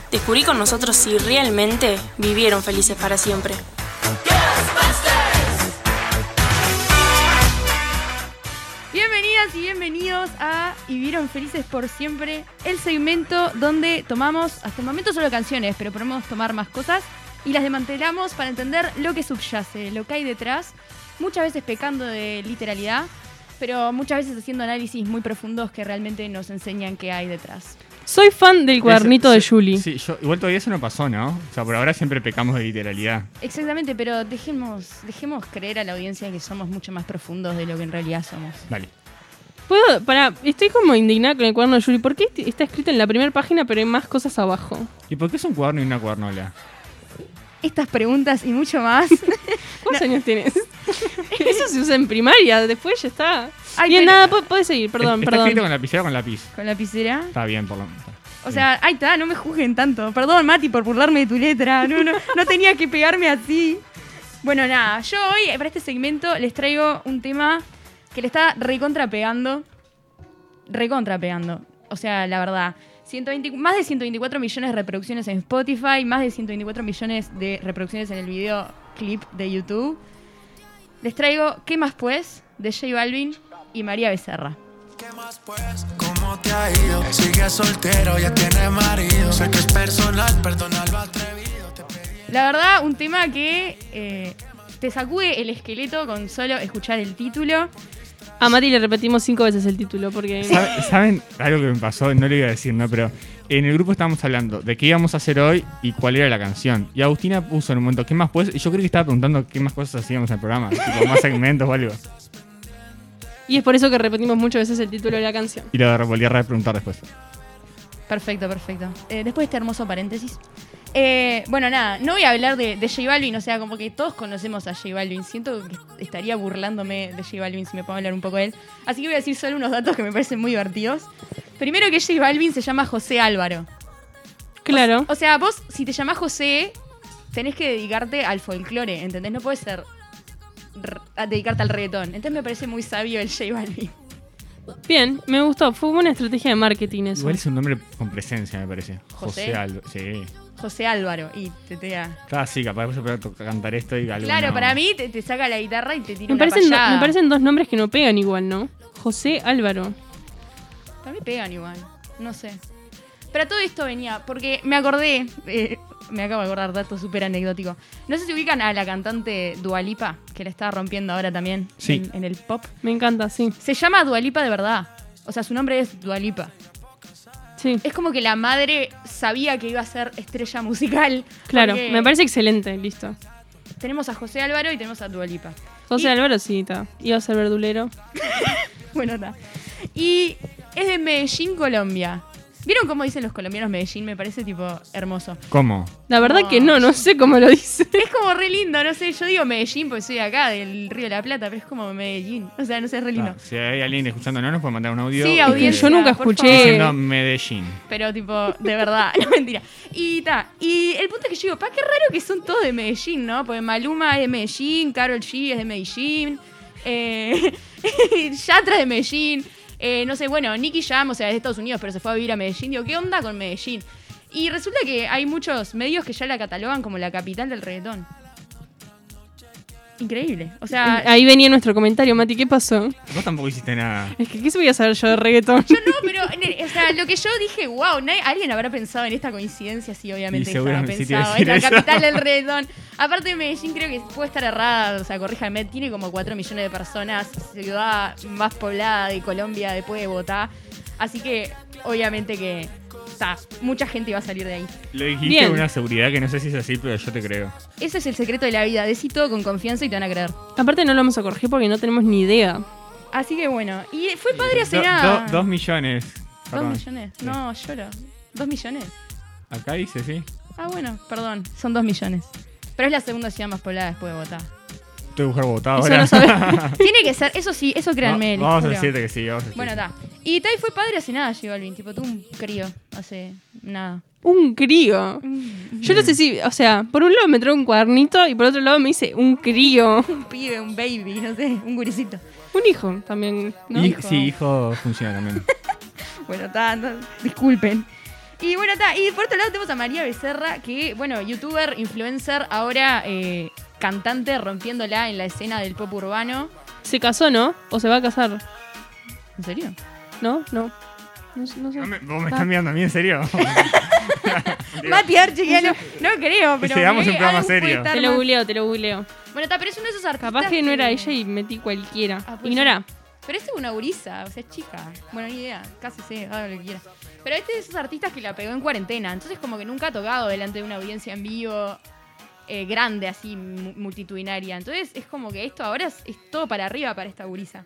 Descubrí con nosotros si realmente vivieron felices para siempre. Bienvenidas y bienvenidos a Y vieron felices por siempre, el segmento donde tomamos hasta el momento solo canciones, pero podemos tomar más cosas y las desmantelamos para entender lo que subyace, lo que hay detrás, muchas veces pecando de literalidad, pero muchas veces haciendo análisis muy profundos que realmente nos enseñan qué hay detrás. Soy fan del cuadernito Eso- de sí, Julie. Sí, yo, igual todavía eso no pasó, ¿no? O sea, por ahora siempre pecamos de literalidad. Exactamente, pero dejemos, dejemos creer a la audiencia que somos mucho más profundos de lo que en realidad somos. Vale. Puedo, para, estoy como indignada con el cuaderno de Yuri. ¿Por qué este- está escrito en la primera página pero hay más cosas abajo? ¿Y por qué es un cuaderno y una cuadernola? Estas preguntas y mucho más. ¿Cuántos años tienes? Eso se usa en primaria, después ya está. Ay, Bien, pero- nada, pu- puedes seguir, perdón, ¿Está perdón. escrito con lapicera o con lápiz? Con la lapicera. Está bien, por lo menos. O sea, ahí está, no me juzguen tanto. Perdón, Mati, por burlarme de tu letra. No, no, no tenía que pegarme así. Bueno, nada, yo hoy eh, para este segmento les traigo un tema que le está recontra pegando. Recontra pegando. O sea, la verdad. 120 más de 124 millones de reproducciones en Spotify, más de 124 millones de reproducciones en el video clip de YouTube. les traigo ¿Qué más pues? de J Balvin y María Becerra. ¿Qué más pues? ¿Cómo te ha ido? Sigues soltero, ya tienes marido. Sé que es personal, perdona lo atrevido. Te pedí La verdad, un tema que eh, te sacude el esqueleto con solo escuchar el título. A Mati le repetimos cinco veces el título porque. ¿Sabe- ¿Saben algo que me pasó? No lo iba a decir, ¿no? Pero en el grupo estábamos hablando de qué íbamos a hacer hoy y cuál era la canción. Y Agustina puso en un momento, ¿qué más pues? Y yo creo que estaba preguntando qué más cosas hacíamos en el programa. tipo, más segmentos o algo. Y es por eso que repetimos muchas veces el título de la canción. Y lo volví a repreguntar después. Perfecto, perfecto. Eh, después de este hermoso paréntesis. eh, bueno, nada, no voy a hablar de, de J Balvin, o sea, como que todos conocemos a J Balvin. Siento que estaría burlándome de J Balvin si me pongo a hablar un poco de él. Así que voy a decir solo unos datos que me parecen muy divertidos. Primero que J Balvin se llama José Álvaro. Claro. O sea, vos, si te llamás José, tenés que dedicarte al folclore, ¿entendés? No puedes ser r- a dedicarte al reggaetón. Entonces me parece muy sabio el J Balvin. Bien, me gustó. Fue una estrategia de marketing eso. Igual es un nombre con presencia, me parece. ¿José? José Aldo. Sí. José Álvaro y te te da- Claro, sí, capaz que yo pueda to- cantar esto y algo. Claro, no. para mí te, te saca la guitarra y te tira Me una parecen, do- payada. me parecen dos nombres que no pegan igual, ¿no? José Álvaro. Para mí pegan igual. No sé. Pero todo esto venía porque me acordé. eh, me acabo de acordar dato súper anecdótico. No sé si ubican a la cantante Dualipa, que la está rompiendo ahora también Sí. en, en el pop. Me encanta, sí. Se llama Dualipa de verdad. O sea, su nombre es Dualipa. Sí. Es como que la madre sabía que iba a ser estrella musical. Claro, porque me parece excelente, listo. Tenemos a José Álvaro y tenemos a Dualipa. José Y- Álvaro sí, está. Iba a ser verdulero. Bueno, está. Y es de Medellín, Colombia. ¿Vieron cómo dicen los colombianos Medellín? Me parece tipo hermoso. ¿Cómo? La verdad No. que no, no sé cómo lo dice. Es como re lindo, no sé, yo digo Medellín porque soy de acá, del Río de la Plata, pero es como Medellín. O sea, no sé, es re lindo. Ah, si hay alguien escuchando, no nos puede mandar un audio. Sí, eh, audiencia. Yo nunca por escuché. favor. Diciendo Medellín. Pero tipo, de verdad, no mentira. Y ta, y el punto es que yo digo, pa, qué raro que son todos de Medellín, ¿no? Porque Maluma es de Medellín, Carol G es de Medellín, eh, Yatra es de Medellín, eh, no sé, bueno, Nicky Jam, o sea, es de Estados Unidos, pero se fue a vivir a Medellín. Digo, ¿qué onda con Medellín? Y resulta que hay muchos medios que ya la catalogan como la capital del reggaetón. Increíble. O sea, Ah, Ahí venía nuestro comentario, Mati, ¿qué pasó? Vos tampoco hiciste nada. Es que, ¿qué se voy a saber yo de reggaetón? Yo no, pero nene, o sea, lo que yo dije, wow, nadie- alguien habrá pensado en esta coincidencia, sí, obviamente Y estaba seguramente sí te iba a pensado. Es decir la eso. capital del redón. Aparte de Medellín creo que puede estar errada, o sea, corríjame, tiene como 4 millones de personas, ciudad más poblada de Colombia después de Bogotá. Así que, obviamente que, o sea, mucha gente iba a salir de ahí. Lo dijiste Bien. con una seguridad que no sé si es así, pero yo te creo. Ese es el secreto de la vida, decí todo con confianza y te van a creer. Aparte no lo vamos a corregir porque no tenemos ni idea. Así que bueno, y fue padre hace Do- nada. do- dos millones. ¿Dos Perdón. millones? No, lloro. ¿Dos millones? Acá dice, sí. Ah, bueno, perdón, son dos millones. Pero es la segunda ciudad más poblada después de Bogotá. Estoy mujer votado Eso ahora. no sabe- Tiene que ser, eso sí, eso Va- créanme. les vamos a juro. decirte que sí. Vamos a decirte. Bueno, está. Y Tai fue padre hace nada, J Balvin. Tipo, tuvo un crío hace nada. Un crío. Mm. Yo no sé si, o sea, por un lado me trae un cuadernito y por otro lado me dice un crío. Un pibe, un baby, no sé, un gurisito. Un hijo también, ¿no? Y- hijo. Sí, hijo funciona también. Bueno, está, no- disculpen. Y bueno, está. Y por otro lado tenemos a María Becerra, que, bueno, youtuber, influencer, ahora eh, cantante, rompiéndola en la escena del pop urbano. Se casó, ¿no? O se va a casar. ¿En serio? ¿No? No. No, sé- Ah, no sé. No me- Vos me estás mirando a mí, en serio. Mati Archie, que no, no creo, pero. Hagamos un me- programa algo puede serio. estar Te lo más- googleo, te lo googleo. Bueno, está, pero es uno de esos artistas. Capaz que no era ella y metí cualquiera. Ah, puede Ignora. Pero este es una gurisa, o sea, es chica. Bueno, ni idea, casi sé, haga lo que quiera. Pero este es de esos artistas que la pegó en cuarentena, entonces como que nunca ha tocado delante de una audiencia en vivo eh, grande, así, mu- multitudinaria. Entonces es como que esto ahora es, es todo para arriba para esta gurisa.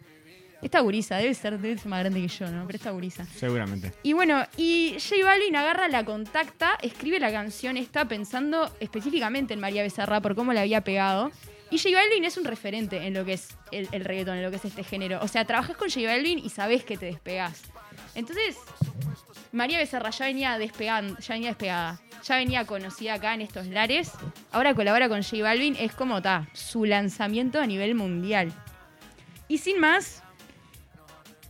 Esta gurisa debe ser, debe ser más grande que yo, ¿no? Pero esta gurisa. Seguramente. Y bueno, y J Balvin agarra la contacta, escribe la canción esta pensando específicamente en María Becerra por cómo la había pegado. Y J Balvin es un referente en lo que es el, el reggaetón, en lo que es este género. O sea, trabajas con J Balvin y sabes que te despegás. Entonces, María Becerra ya venía despegando, ya venía despegada. Ya venía conocida acá en estos lares. Ahora colabora con J Balvin, es como ta, su lanzamiento a nivel mundial. Y sin más,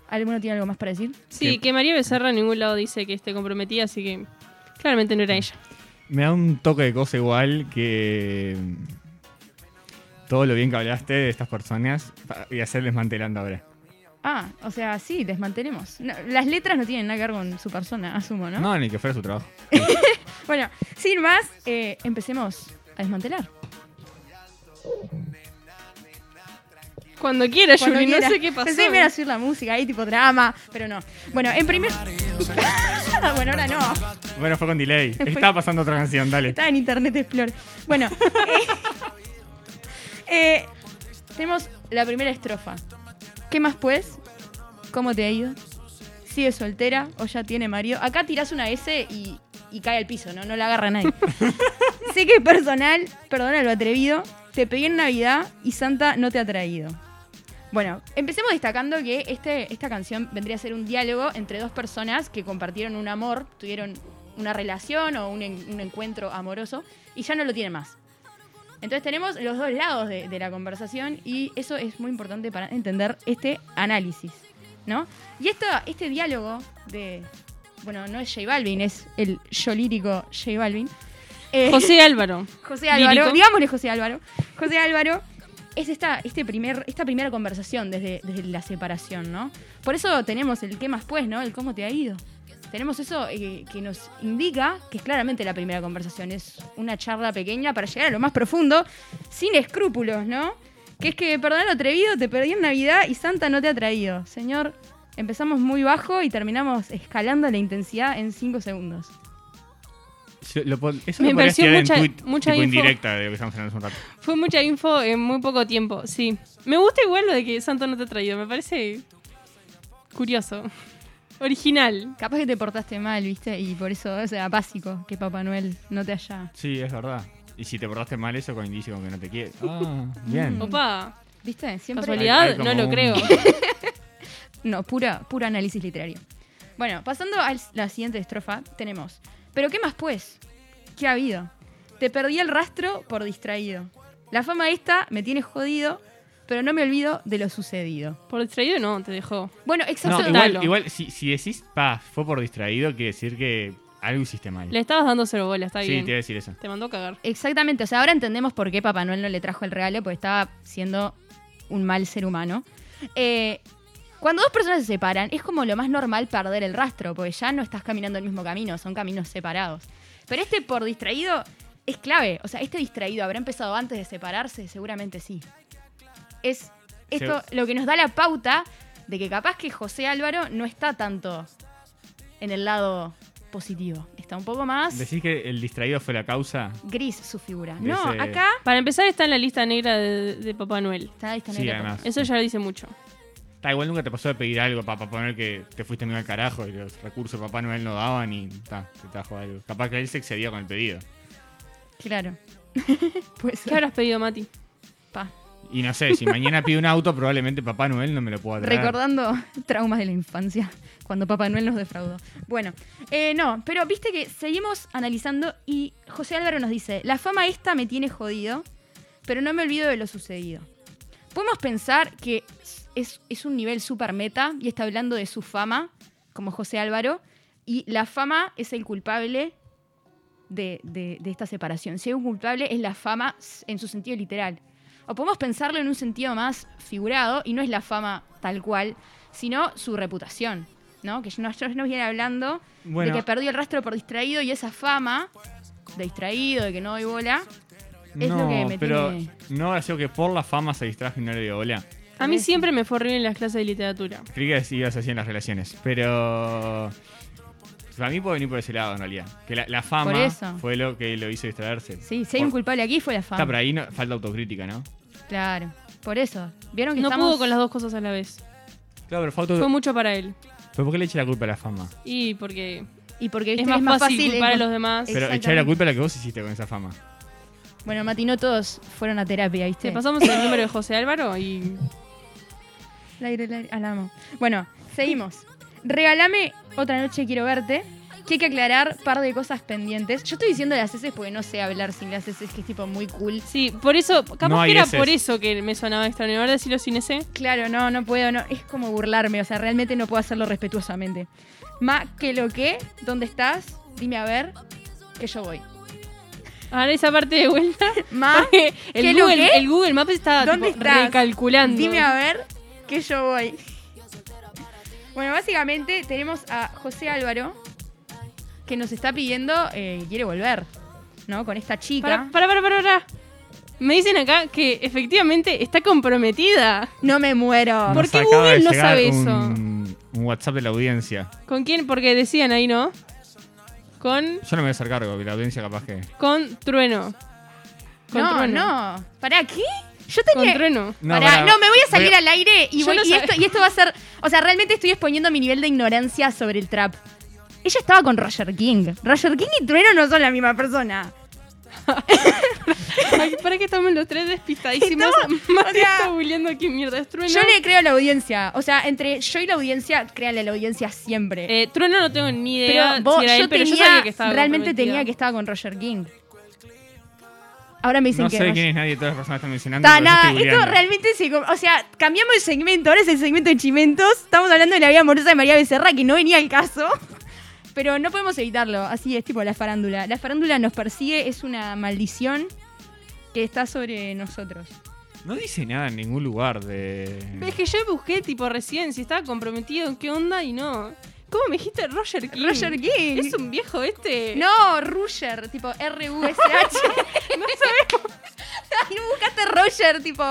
¿alguno tiene algo más para decir? Sí, Sí. que María Becerra en ningún lado dice que esté comprometida, así que claramente no era ella. Me da un toque de cosa igual que. mm, todo lo bien que hablaste de estas personas pa- y hacer desmantelando ahora. Ah, o sea, sí, desmantelemos. No, las letras no tienen nada que ver con su persona, asumo, ¿no? No, ni que fuera su trabajo. Bueno, sin más, eh, empecemos a desmantelar. Cuando quieras, Cuando Yuri, no quiera. sé qué pasó. Pensé que me iba a subir la música ahí, tipo drama, pero no. Bueno, en primer... bueno, ahora no. Bueno, fue con delay. Estaba pasando otra canción, dale. Está en Internet Explorer. Bueno. eh, eh, tenemos la primera estrofa. ¿Qué más pues? ¿Cómo te ha ido? ¿Sigue soltera o ya tiene marido? Acá tirás una S y, y cae al piso, ¿no? No la agarra nadie. sé que es personal, perdona lo atrevido. Te pegué en Navidad y Santa no te ha traído. Bueno, empecemos destacando que este, esta canción vendría a ser un diálogo entre dos personas que compartieron un amor, tuvieron una relación o un, en- un encuentro amoroso y ya no lo tienen más. Entonces tenemos los dos lados de, de la conversación y eso es muy importante para entender este análisis, ¿no? Y esto, este diálogo de... Bueno, no es J Balvin, es el yo lírico J Balvin. Eh, José Álvaro. José Álvaro, Lírico. digámosle José Álvaro. José Álvaro es esta, este primer, esta primera conversación desde, desde la separación, ¿no? Por eso tenemos el qué más pues, ¿no? El cómo te ha ido. Tenemos eso eh, que nos indica que es claramente la primera conversación. Es una charla pequeña para llegar a lo más profundo, sin escrúpulos, ¿no? Que es que, perdón lo atrevido, te perdí en Navidad y Santa no te ha traído. Señor, empezamos muy bajo y terminamos escalando la intensidad en 5 segundos. Yo- lo pod- eso Me lo podrías pareció tirar mucha- en tweet, mucha tipo info. indirecta de lo que estamos hablando hace un rato. Fue mucha info en muy poco tiempo, sí. Me gusta igual lo de que Santo no te ha traído, me parece curioso. Original. Capaz que te portaste mal, ¿viste? Y por eso, o sea, básico, que Papá Noel no te haya. Sí, es verdad. Y si te portaste mal eso con indicio con que no te quiere. Ah, Mm. bien. Opa, ¿Viste? Siempre. Hay- casualidad, hay como no lo un- creo. No, pura, puro análisis literario. Bueno, pasando a la siguiente estrofa, tenemos. ¿Pero qué más pues? ¿Qué ha habido? Te perdí el rastro por distraído. La fama esta me tiene jodido, pero no me olvido de lo sucedido. Por distraído no, te dejó. Bueno, exacto. No, igual, Dalo. igual si, si decís, pa, fue por distraído, quiere decir que algo hiciste mal. Le estabas dando cero bola, está sí, bien. te iba a decir eso. Te mandó a cagar. Exactamente, o sea, ahora entendemos por qué Papá Noel no le trajo el regalo, porque estaba siendo un mal ser humano. Eh, cuando dos personas se separan, es como lo más normal perder el rastro, porque ya no estás caminando el mismo camino, son caminos separados. Pero este por distraído es clave, o sea, este distraído habrá empezado antes de separarse, seguramente sí. Es esto lo que nos da la pauta de que capaz que José Álvaro no está tanto en el lado positivo, está un poco más Decís que el distraído fue la causa. gris su figura. De No, ese- acá Para empezar, está en la lista negra de, de Papá Noel. Está ahí, está Sí, negra. además. Eso ya dice mucho. Ta, igual nunca te pasó de pedir algo para poner que te fuiste medio al carajo y los recursos de Papá Noel no daban y ta, te trajo algo. Capaz que él se excedía con el pedido. Claro. pues ¿Qué habrás pedido, Mati? pa. Y no sé, si mañana pido un auto, probablemente Papá Noel no me lo pueda traer. Recordando traumas de la infancia, cuando Papá Noel nos defraudó. Bueno, eh, no, pero viste que seguimos analizando y José Álvaro nos dice, la fama esta me tiene jodido, pero no me olvido de lo sucedido. Podemos pensar que es, es un nivel super meta y está hablando de su fama, como José Álvaro, y la fama es el culpable de, de- de esta separación. Si hay un culpable es la fama s- en su sentido literal. O podemos pensarlo en un sentido más figurado y no es la fama tal cual, sino su reputación, ¿no? Que nos, nos viene hablando Bueno. de que perdió el rastro por distraído y esa fama de distraído, de que no doy bola. es lo no, que me pero tiene- no habrá sido que por la fama se distrajo y no le dio bola. A mí siempre me fue horrible en las clases de literatura. Creí que ibas así en las relaciones, pero... Para mí puede venir por ese lado, en realidad. Que la, la fama Por eso. fue lo que lo hizo distraerse. Sí, si hay un Por- culpable aquí fue la fama. Está, pero ahí no- falta autocrítica, ¿no? Claro, por eso. ¿Vieron que No estamos... Eh. pudo con las dos cosas a la vez. Claro, pero falta... Fue mucho para él. ¿Pero por qué le eché la culpa a la fama? Y porque Y porque es viste, más, fácil, culpar a encont- los demás. Eh, Pero Exactamente. echarle la culpa a la que vos hiciste con esa fama. Bueno, Mati, no todos fueron a terapia, ¿viste? Te pasamos el número de José Álvaro y El aire, el aire, al amo. Bueno, seguimos. Regálame otra noche, quiero verte. Que hay que aclarar par de cosas pendientes. Yo estoy diciendo las heces porque no sé hablar sin las heces, que es tipo muy cool. Sí, por eso, capaz No hay que era heces. por eso que me sonaba extraño. Ahora decirlo sin ese. Claro, no, no puedo, no. Es como burlarme, o sea, realmente no puedo hacerlo respetuosamente. Ma, que lo que, ¿dónde estás? Dime a ver, que yo voy. Ahora esa parte de vuelta. Ma, Porque el ¿qué lo Google, qué? el Google Maps está ¿Dónde tipo, estás? recalculando. Dime a ver que yo voy. Bueno, básicamente tenemos a José Álvaro que nos está pidiendo eh, que quiere volver, ¿no? Con esta chica. Para, para, para, para, para. Me dicen acá que efectivamente está comprometida. No me muero. ¿Por Nos qué acaba Google de no llegar sabe eso? Un, un WhatsApp de la audiencia. ¿Con quién? Porque decían ahí, ¿no? Con, Yo no me voy a hacer cargo, la audiencia capaz que. con Trueno. Con no, Trueno. no. ¿Para qué? Yo Con tenía. Trueno. No, Pará, pará, no, me voy a salir voy a- al aire y, Yo voy- no y sab- esto, y esto va a ser. O sea, realmente estoy exponiendo mi nivel de ignorancia sobre el trap. Ella estaba con Roger King. Roger King y Trueno no son la misma persona. Ay, para que estamos los tres despistadísimos. Estamos- Más o sea, está googleando qué mierda es Trueno. Yo le creo a la audiencia. O sea, entre yo y la audiencia, créanle a la audiencia siempre. Eh, Trueno no tengo ni pero idea vos, si era yo, él, pero tenía, yo sabía que estaba realmente comprometida. tenía que estaba con Roger King. Ahora me dicen No que. sé quién es nadie, todas las personas están mencionando. Está, pero yo nada, estoy esto googleando. realmente se... com- O sea, cambiamos el segmento, ahora es el segmento de Chimentos. Estamos hablando de la vida amorosa de María Becerra, que no venía al caso. Pero no podemos evitarlo, así es, tipo la farándula. La farándula nos persigue, es una maldición que está sobre nosotros. No dice nada en ningún lugar de. Es que yo busqué tipo recién si estaba comprometido, en qué onda y no. ¿Cómo me dijiste Roger King? Roger King. ¿Es un viejo este? No, Ruger, tipo R-U-S-H. no sabemos. Ay, no buscaste Roger, tipo...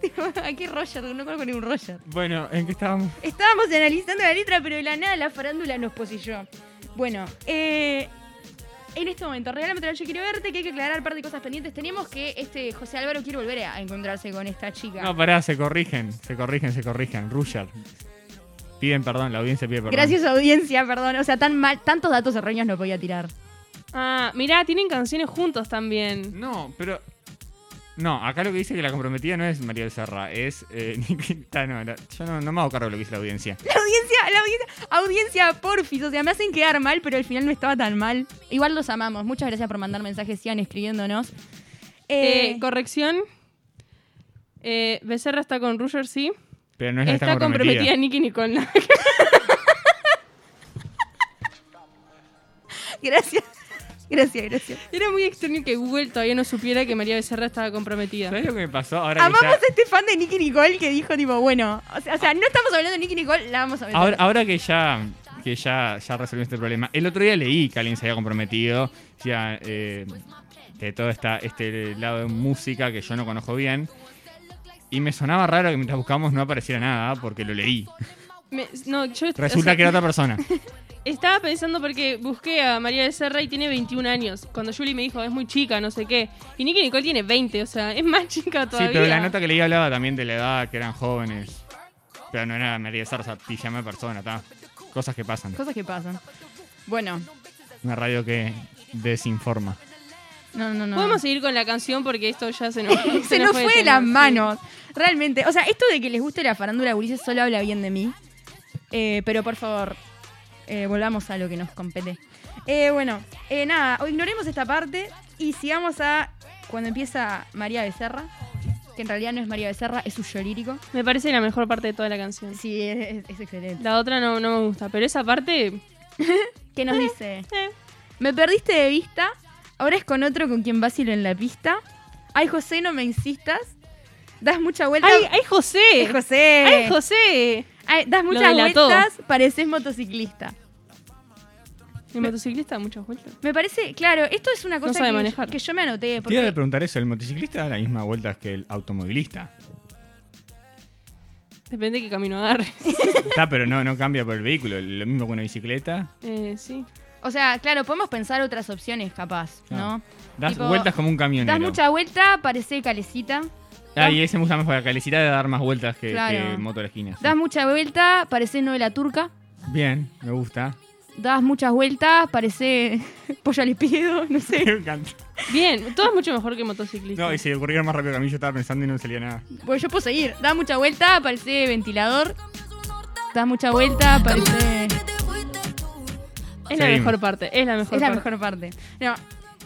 tipo, Aquí Roger, no conozco ningún Roger. Bueno, ¿en qué estábamos? Estábamos analizando la letra, pero de la nada la farándula nos poseyó. Bueno, eh, en este momento, regálame yo quiero verte, que hay que aclarar un par de cosas pendientes. Tenemos que este José Álvaro quiere volver a encontrarse con esta chica. No, pará, se corrigen, se corrigen, se corrigen. Rushard. Piden perdón, la audiencia pide perdón. Gracias audiencia, perdón. O sea, tan mal, tantos datos erróneos no podía tirar. Ah, mirá, tienen canciones juntos también. No, pero. No, acá lo que dice que la comprometida no es María Becerra, es. Eh, Nikita, no, la- yo no, no me hago cargo de lo que dice la audiencia. La audiencia, la audiencia, audiencia porfis. O sea, me hacen quedar mal, pero al final no estaba tan mal. Igual los amamos. Muchas gracias por mandar mensajes, sigan escribiéndonos. Eh, Eh, corrección. Eh, Becerra está con Roger, sí. Pero no es la que Está, comprometida Nicky Nicole. gracias. Gracias, gracias. Era muy extraño que Google todavía no supiera que María Becerra estaba comprometida. ¿Sabes lo que me pasó? Ahora que, Amamos ya, este fan de Nicky Nicole que dijo, tipo, bueno, o sea, o sea, no estamos hablando de Nicky Nicole, la vamos a ver. ahora, ahora que ya que ya, ya resolvió este problema. El otro día leí que alguien se había comprometido. Ya, eh, de todo esta, este lado de música que yo no conozco bien. Y me sonaba raro que mientras buscamos no apareciera nada porque lo leí. Me- no, yo, o Resulta sea, que era otra persona. Estaba pensando porque busqué a María Becerra y tiene 21 años. Cuando Julie me dijo, es muy chica, no sé qué. Y Nicky Nicole tiene 20, o sea, es más chica todavía. Sí, pero la nota que leí hablaba también de la edad, que eran jóvenes. Pero no era María Sarza, pijama de persona, ta. Cosas que pasan. Cosas que pasan. Bueno, Una radio que desinforma. no, no, no. Podemos seguir con la canción porque esto ya se nos, se, nos fue de tema, las sí. manos. Realmente. O sea, esto de que les guste la farándula gurises solo habla bien de mí. Eh, pero por favor, eh, volvamos a lo que nos compete. Eh, bueno, eh, nada, o ignoremos esta parte y sigamos a cuando empieza María Becerra, que en realidad no es María Becerra, es su yo lírico. Me parece la mejor parte de toda la canción. Sí, es- es- es excelente. La otra no, no me gusta, pero esa parte. que nos dice, eh. me perdiste de vista, ahora es con otro con quien vacilo en la pista. Ay, José, no me insistas. Das mucha vuelta. ¡Ay, ay, José! Eh, José! ¡Ay, José! Ay, das muchas delató. vueltas, pareces motociclista. El motociclista, muchas vueltas. Me parece, claro, esto es una cosa sabe que, manejar. que yo me anoté. Te iba a Porque, preguntar eso, ¿el motociclista da la misma vuelta que el automovilista? Depende de qué camino agarres. Está, pero no, no cambia por el vehículo. Lo mismo con una bicicleta. Eh, sí. o sea, claro, podemos pensar otras opciones, capaz, ¿no? Claro. Das Tipo, vueltas como un camionero. Das mucha vuelta, parece calecita. Ah, y ese me gusta más porque la calecita de dar más vueltas que, Claro. que moto de la esquina. sí. Das mucha vuelta, parece novela turca. Bien, me gusta. Das muchas vueltas, parece pollo al espiedo, no sé. me encanta. Bien, todo es mucho mejor que motociclista. No, y se ocurrió más rápido que a mí. Yo estaba pensando y no me salía nada. Bueno, yo puedo seguir. Da mucha vuelta, parece ventilador. Da mucha vuelta, parece. es la Seguimos. mejor parte, es la mejor Es la parte. mejor parte. No.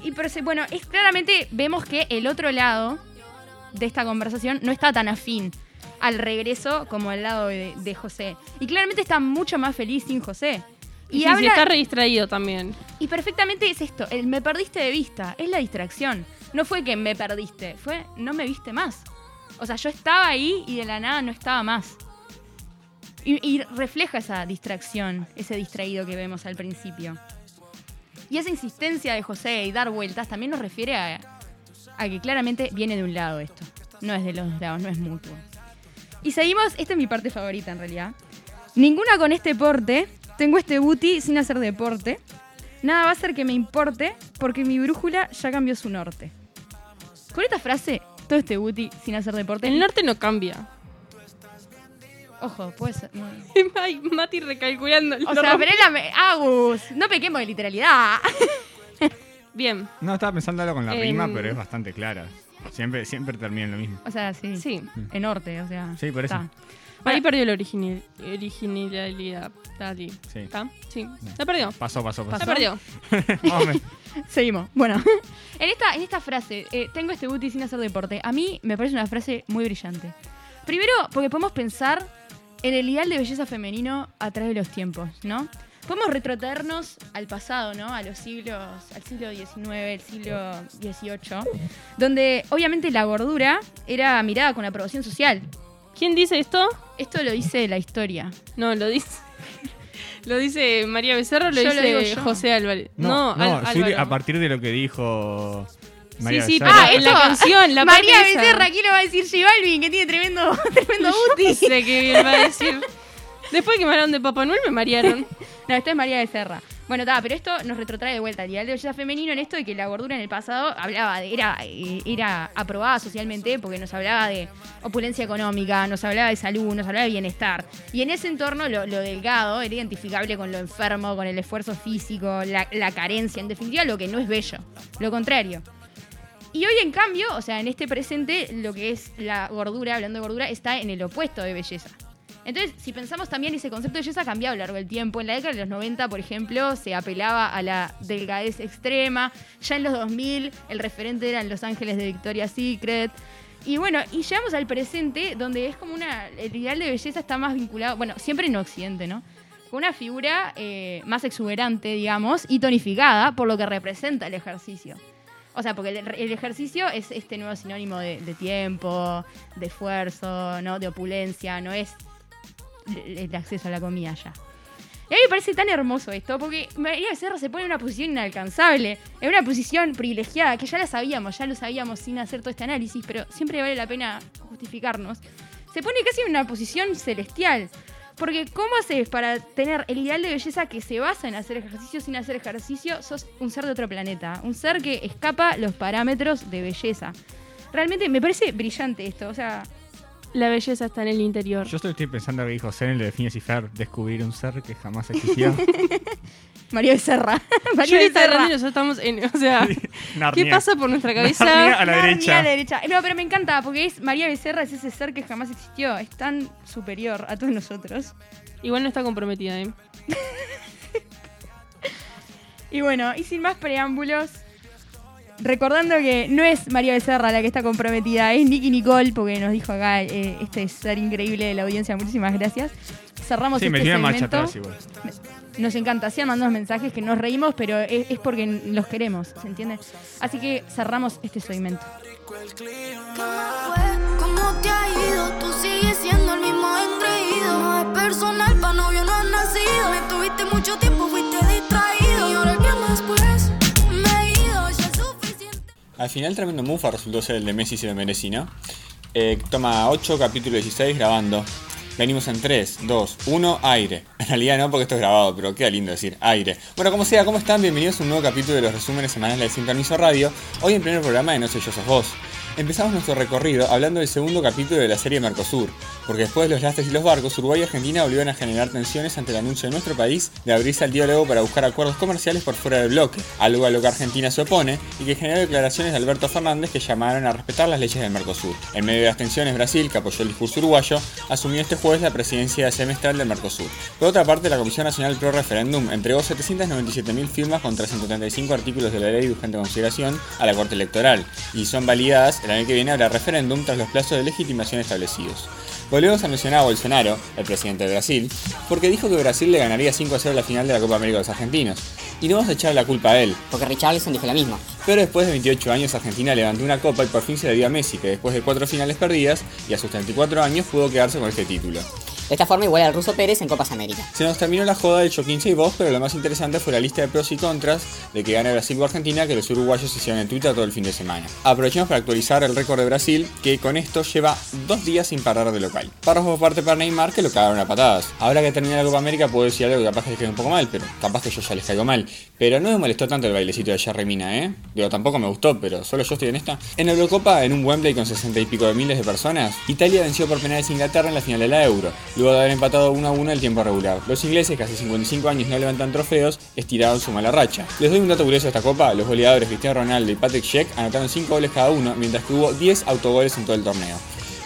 Y pero se- bueno, es claramente vemos que el otro lado de esta conversación no está tan afín al regreso como al lado de, de José. Y claramente está mucho más feliz sin José. Y Y sí, sí, habla- está re distraído también. Y perfectamente es esto, el me perdiste de vista, es la distracción. No fue que me perdiste, fue no me viste más. O sea, yo estaba ahí y de la nada no estaba más. Y, y refleja esa distracción, ese distraído que vemos al principio. Y esa insistencia de José y dar vueltas también nos refiere a, a que claramente viene de un lado esto. No es de los dos lados, no es mutuo. Y seguimos, esta es mi parte favorita en realidad. Ninguna con este porte, tengo este booty sin hacer deporte. Nada va a hacer que me importe porque mi brújula ya cambió su norte. Con esta frase, todo este booty sin hacer deporte. El norte no cambia. Ojo, pues. no. Ay, Mati recalculando. O lo sea, romp- pero es la. me- Agus, no pequemos de literalidad. Bien, No, estaba pensándolo con la Em. rima, pero es bastante clara. Siempre, siempre termina en lo mismo. O sea, sí. sí. En norte, o sea. Sí, por eso. está. Ahí perdió la original, originalidad. Dali. Sí. ¿Está? Sí. La perdió. Pasó, pasó, La pasó. perdió. Vamos a ver. Seguimos. Bueno, en esta, en esta frase, eh, tengo este booty sin hacer deporte, a mí me parece una frase muy brillante. Primero, porque podemos pensar en el ideal de belleza femenino a través de los tiempos, ¿no? Podemos retrotraernos al pasado, ¿no? A los siglos, al siglo XIX, el siglo XVIII, donde obviamente la gordura era mirada con aprobación social. ¿Quién dice esto? Esto lo dice la historia. No, lo dice. Lo dice María Becerra, lo Yo lo dice digo yo. José Álvarez. No, No, no, Al- Juli, a Álvaro. partir de lo que dijo Sí, María sí, pero Becerra. Ah, en la esto- canción, la María parte esa. Becerra, aquí lo va a decir J Balvin, que tiene tremendo, tremendo booty. No sé qué bien va a decir. Después que me hablaron de Papá Noel, me marearon. No, esto es María Becerra. Bueno, está, pero esto nos retrotrae de vuelta al ideal de belleza femenino en esto de que la gordura en el pasado hablaba de, era, eh, era aprobada socialmente porque nos hablaba de opulencia económica, nos hablaba de salud, nos hablaba de bienestar. Y en ese entorno lo, lo delgado era identificable con lo enfermo, con el esfuerzo físico, la, la carencia, en definitiva lo que no es bello, lo contrario. Y hoy en cambio, o sea, en este presente lo que es la gordura, hablando de gordura, está en el opuesto de belleza. Entonces, si pensamos también, ese concepto de belleza ha cambiado a lo largo del tiempo. En la década de los 90, por ejemplo, se apelaba a la delgadez extrema. Ya en los 2000, el referente eran Los Ángeles de Victoria's Secret. Y bueno, y llegamos al presente, donde es como una. El ideal de belleza está más vinculado, bueno, siempre en Occidente, ¿no? Con una figura eh, más exuberante, digamos, y tonificada por lo que representa el ejercicio. O sea, porque el, el ejercicio es este nuevo sinónimo de, de tiempo, de esfuerzo, ¿no? De opulencia, no es el el acceso a la comida ya. Y a mí me parece tan hermoso esto, porque María Becerra se pone en una posición inalcanzable, en una posición privilegiada, que ya la sabíamos, ya lo sabíamos sin hacer todo este análisis, pero siempre vale la pena justificarnos. Se pone casi en una posición celestial, porque ¿cómo haces para tener el ideal de belleza que se basa en hacer ejercicio sin hacer ejercicio? Sos un ser de otro planeta, un ser que escapa los parámetros de belleza. Realmente me parece brillante esto, o sea, La belleza está en el interior. Yo estoy, estoy pensando que dijo Zen en el de Phineas y Fer, descubrir un ser que jamás existió. María Becerra. María Julieta Becerra. Hernández, nosotros estamos en. O sea, ¿qué Narnia. pasa por nuestra Narnia cabeza? a la Narnia derecha. a la derecha. Eh, No, pero me encanta porque es María Becerra es ese ser que jamás existió. Es tan superior a todos nosotros. Igual no está comprometida, ¿eh? Y bueno, y sin más preámbulos, recordando que no es María Becerra la que está comprometida, es Nicky Nicole, porque nos dijo acá eh, este ser increíble de la audiencia. Muchísimas gracias. Cerramos Sí, este me tiene marcha segmento. atrás igual. Nos encanta, sí, mandando mensajes que nos reímos, pero es, es porque los queremos, ¿se entiende? Así que cerramos este segmento. ¿Cómo te ha ido? Tú sigues siendo el mismo engreído. No es personal, pa' novio no has nacido. Me tuviste mucho tiempo, fuiste distraído. Y ahora que más pues, me he ido, ya es suficiente. Al final, tremendo mufa resultó ser el de Messi se lo merecí, ¿no? Eh, toma 8, capítulo 16, grabando. Venimos en 3, 2, 1, aire. En realidad no, porque esto es grabado, pero queda lindo decir aire. Bueno, como sea, ¿cómo están? Bienvenidos a un nuevo capítulo de los resúmenes semanales de Sin Permiso Radio. Hoy en primer programa de No sé yo sos vos. Empezamos nuestro recorrido hablando del segundo capítulo de la serie Mercosur, porque después de los lastres y los barcos, Uruguay y Argentina volvieron a generar tensiones ante el anuncio de nuestro país de abrirse al diálogo para buscar acuerdos comerciales por fuera del bloque, algo a lo que Argentina se opone y que generó declaraciones de Alberto Fernández que llamaron a respetar las leyes del Mercosur. En medio de las tensiones, Brasil, que apoyó el discurso uruguayo, asumió este jueves la presidencia semestral del Mercosur. Por otra parte, la Comisión Nacional Pro Referéndum entregó 797.000 firmas contra 135 artículos de la ley de urgente consideración a la Corte Electoral y son validadas el año que viene habrá referéndum tras los plazos de legitimación establecidos. Volvemos a mencionar a Bolsonaro, el presidente de Brasil, porque dijo que Brasil le ganaría 5 a 0 la final de la Copa América a los argentinos. Y no vamos a echar la culpa a él, Porque Richarlison dijo lo mismo. pero después de 28 años Argentina levantó una copa y por fin se le dio a Messi, que después de cuatro finales perdidas y a sus 34 años pudo quedarse con este título. De esta forma igual al ruso Pérez en Copas América. Se nos terminó la joda del Choquinche y vos, pero lo más interesante fue la lista de pros y contras de que gane Brasil o Argentina que los uruguayos hicieron en Twitter todo el fin de semana. Aprovechemos para actualizar el récord de Brasil, que con esto lleva dos días sin parar de local. Párrafo aparte para Neymar, que lo cagaron a patadas. Ahora que termina la Copa América puedo decir algo que capaz que les caiga un poco mal, pero capaz que yo ya les caigo mal. Pero no me molestó tanto el bailecito de Jerry Mina, ¿eh? Digo, tampoco me gustó, pero solo yo estoy en esta. En la Eurocopa, en un Wembley con 60 y pico de miles de personas, Italia venció por penales a Inglaterra en la final de la Euro, luego de haber empatado 1 a 1 el tiempo regular. Los ingleses, casi 55 años no levantan trofeos, estiraron su mala racha. Les doy un dato curioso de esta copa, los goleadores Cristiano Ronaldo y Patrick Schick anotaron 5 goles cada uno, mientras que hubo 10 autogoles en todo el torneo.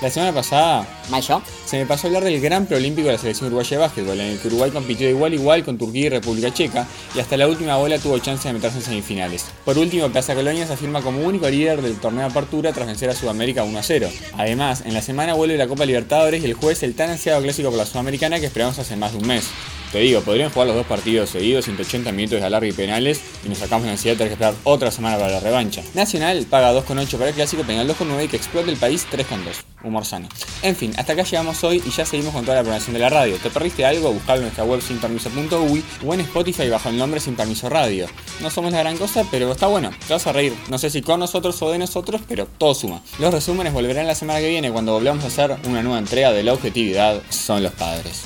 La semana pasada, Mal yo. se me pasó hablar del gran preolímpico de la selección uruguaya de básquetbol, en el que Uruguay compitió de igual a igual con Turquía y República Checa, y hasta la última bola tuvo chance de meterse en semifinales. Por último, Plaza Colonia se afirma como único líder del torneo de apertura tras vencer a Sudamérica 1 a 0. Además, en la semana vuelve la Copa Libertadores y el jueves el tan ansiado clásico por la Sudamericana que esperamos hace más de un mes. Te digo, podrían jugar los dos partidos seguidos, 180 minutos de alargue y penales, y nos sacamos la ansiedad de tener que esperar otra semana para la revancha. Nacional paga 2,8 para el clásico, penal 2,9 y que explota el país 3,2. Humor sano. En fin, hasta acá llegamos hoy y ya seguimos con toda la programación de la radio. ¿Te perdiste algo? Buscalo en nuestra web sinpermiso.uy o en Spotify bajo el nombre Sin Permiso Radio. No somos la gran cosa, pero está bueno. Te vas a reír. No sé si con nosotros o de nosotros, pero todo suma. Los resúmenes volverán la semana que viene cuando volvamos a hacer una nueva entrega de la objetividad son los padres.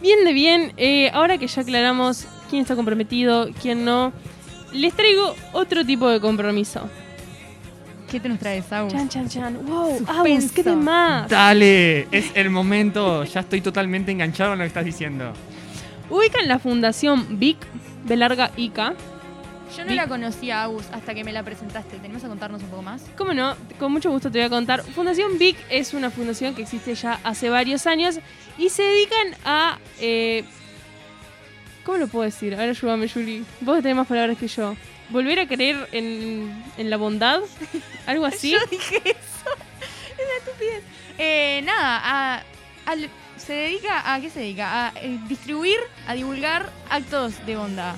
Bien de bien, eh, ahora que ya aclaramos quién está comprometido, quién no, les traigo otro tipo de compromiso. ¿Qué te nos traes, Agus? Chan, chan, chan. Wow, Suspenso. Agus, qué demás. Dale, es el momento. Ya estoy totalmente enganchado en lo que estás diciendo. Ubican la fundación VIC, de larga ICA. Yo no la conocía, Agus, hasta que me la presentaste. ¿Tenemos a contarnos un poco más? Cómo no, con mucho gusto te voy a contar. Fundación VIC es una fundación que existe ya hace varios años y se dedican a... eh, ¿Cómo lo puedo decir? Ahora ayúdame, Julie. Vos que tenés más palabras que yo. ¿Volver a creer en, en la bondad? ¿Algo así? Yo dije eso. Es una estupidez. Eh, nada, a- al- se dedica a. ¿Qué se dedica? A eh, distribuir, a divulgar actos de bondad.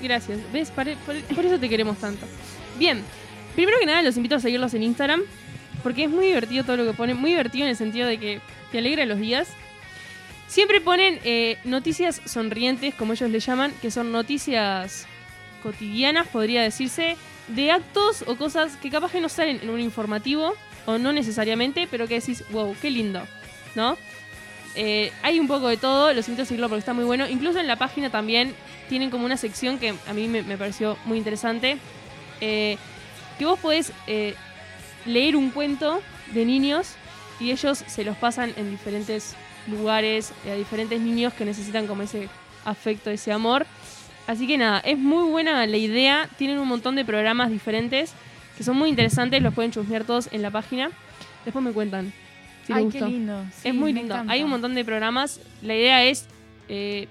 Gracias. ¿Ves? Pare- Por, por eso te queremos tanto. Bien. Primero que nada, los invito a seguirlos en Instagram. Porque es muy divertido todo lo que ponen. Muy divertido en el sentido de que te alegra los días. Siempre ponen eh, noticias sonrientes, como ellos le llaman, que son noticias cotidianas, podría decirse, de actos o cosas que capaz que no salen en un informativo, o no necesariamente, pero que decís, wow, qué lindo, ¿no? Eh, hay un poco de todo, los invito a seguirlo porque está muy bueno. Incluso en la página también tienen como una sección que a mí me, me pareció muy interesante, eh, que vos podés eh, leer un cuento de niños y ellos se los pasan en diferentes lugares, eh, a diferentes niños que necesitan como ese afecto, ese amor. Así que nada, es muy buena la idea, tienen un montón de programas diferentes que son muy interesantes, los pueden chusmear todos en la página. Después me cuentan. Si les Ay, gustó qué lindo. Sí, es muy me lindo. encanta. Hay un montón de programas. La idea es eh,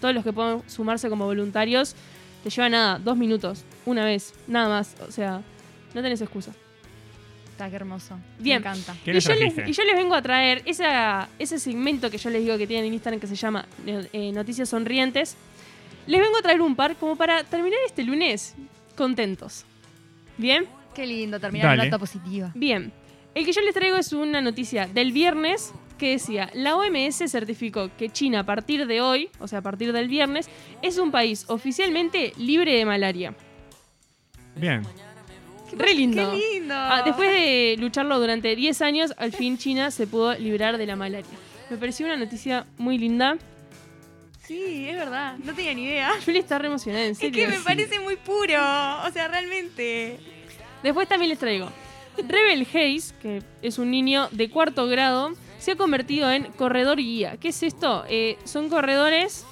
todos los que puedan sumarse como voluntarios te lleva nada, dos minutos, una vez, nada más. O sea, no tenés excusa. Está qué hermoso. Bien. Me encanta. ¿Qué Y nos yo, les, trajiste? y yo les vengo a traer esa- ese segmento que yo les digo que tienen en Instagram que se llama eh, eh, Noticias Sonrientes. Les vengo a traer un par como para terminar este lunes contentos. ¿Bien? Qué lindo terminar Dale. una nota positiva. Bien, el que yo les traigo es una noticia del viernes que decía, la OMS certificó que China a partir de hoy, o sea, a partir del viernes, es un país oficialmente libre de malaria. Bien. Re lindo. lindo. Ah, después de lucharlo durante 10 años, al fin China se pudo librar de la malaria. Me pareció una noticia muy linda. Sí, es verdad. No tenía ni idea. Julie está re emocionada, en Es serio. que me parece muy puro. O sea, realmente. Después también les traigo. Rebel Hayes, que es un niño de cuarto grado, se ha convertido en corredor guía. ¿Qué es esto? Eh, son corredores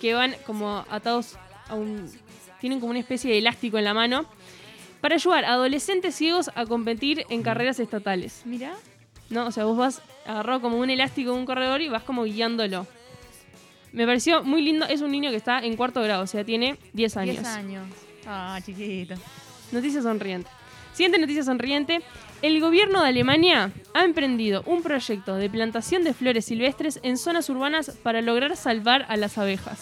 que van como atados a un... Tienen como una especie de elástico en la mano para ayudar a adolescentes ciegos a competir en carreras estatales. Mira. No, o sea, vos vas agarrado como un elástico de un corredor y vas como guiándolo. Me pareció muy lindo. Es un niño que está en cuarto grado, o sea, tiene 10 años. 10 años. Ah, chiquito. Noticia sonriente. Siguiente noticia sonriente. El gobierno de Alemania ha emprendido un proyecto de plantación de flores silvestres en zonas urbanas para lograr salvar a las abejas.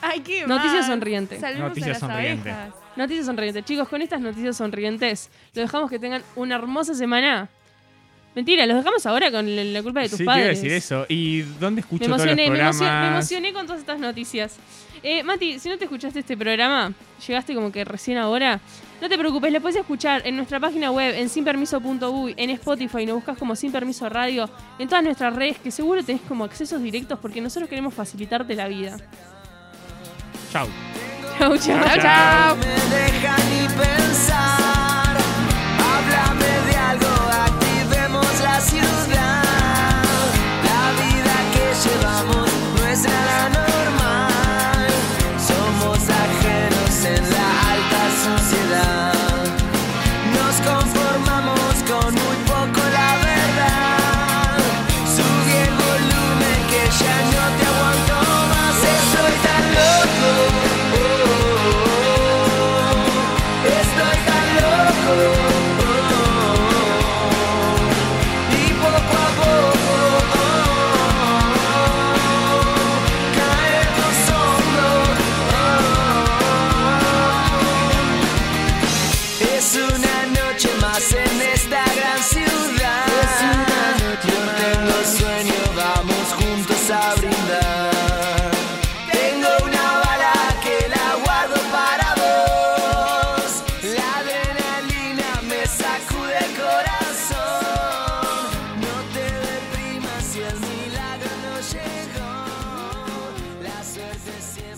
Ay, qué Noticia mal. sonriente. Salvemos Noticia a las sonriente. abejas. Noticias sonrientes. Chicos, con estas noticias sonrientes, los dejamos que tengan una hermosa semana. Mentira, los dejamos ahora con la- la culpa de tus sí, padres. quiero decir eso. ¿Y dónde escucho Me todos los emocioné, me programas? emocioné, me emocioné con todas estas noticias. Eh, Mati, si no te escuchaste este programa, llegaste como que recién ahora, no te preocupes, lo puedes escuchar en nuestra página web, en sinpermiso.uy, en Spotify, nos buscas como Sin Permiso Radio, en todas nuestras redes, que seguro tenés como accesos directos porque nosotros queremos facilitarte la vida. Chau. Chau, chau. Chau, Chao. me deja ni pensar. Háblame de algo, activemos la ciudad. La vida que llevamos no es nada normal. Somos ajenos en la alta sociedad. Nos conformamos con muy poco, la verdad. Subí el volumen que ya no te aguanto más. Estoy tan loco. oh, oh, oh. Estoy tan loco. oh, oh, oh. Y poco a poco oh, oh, oh, cae en tus hombros. Es una noche más en esta gran ciudad. Yo tengo sueño, vamos juntos a brindar. Tengo una bala que la guardo para vos. La adrenalina me sacude el corazón. No te deprimas si el milagro no llegó. La suerte siempre.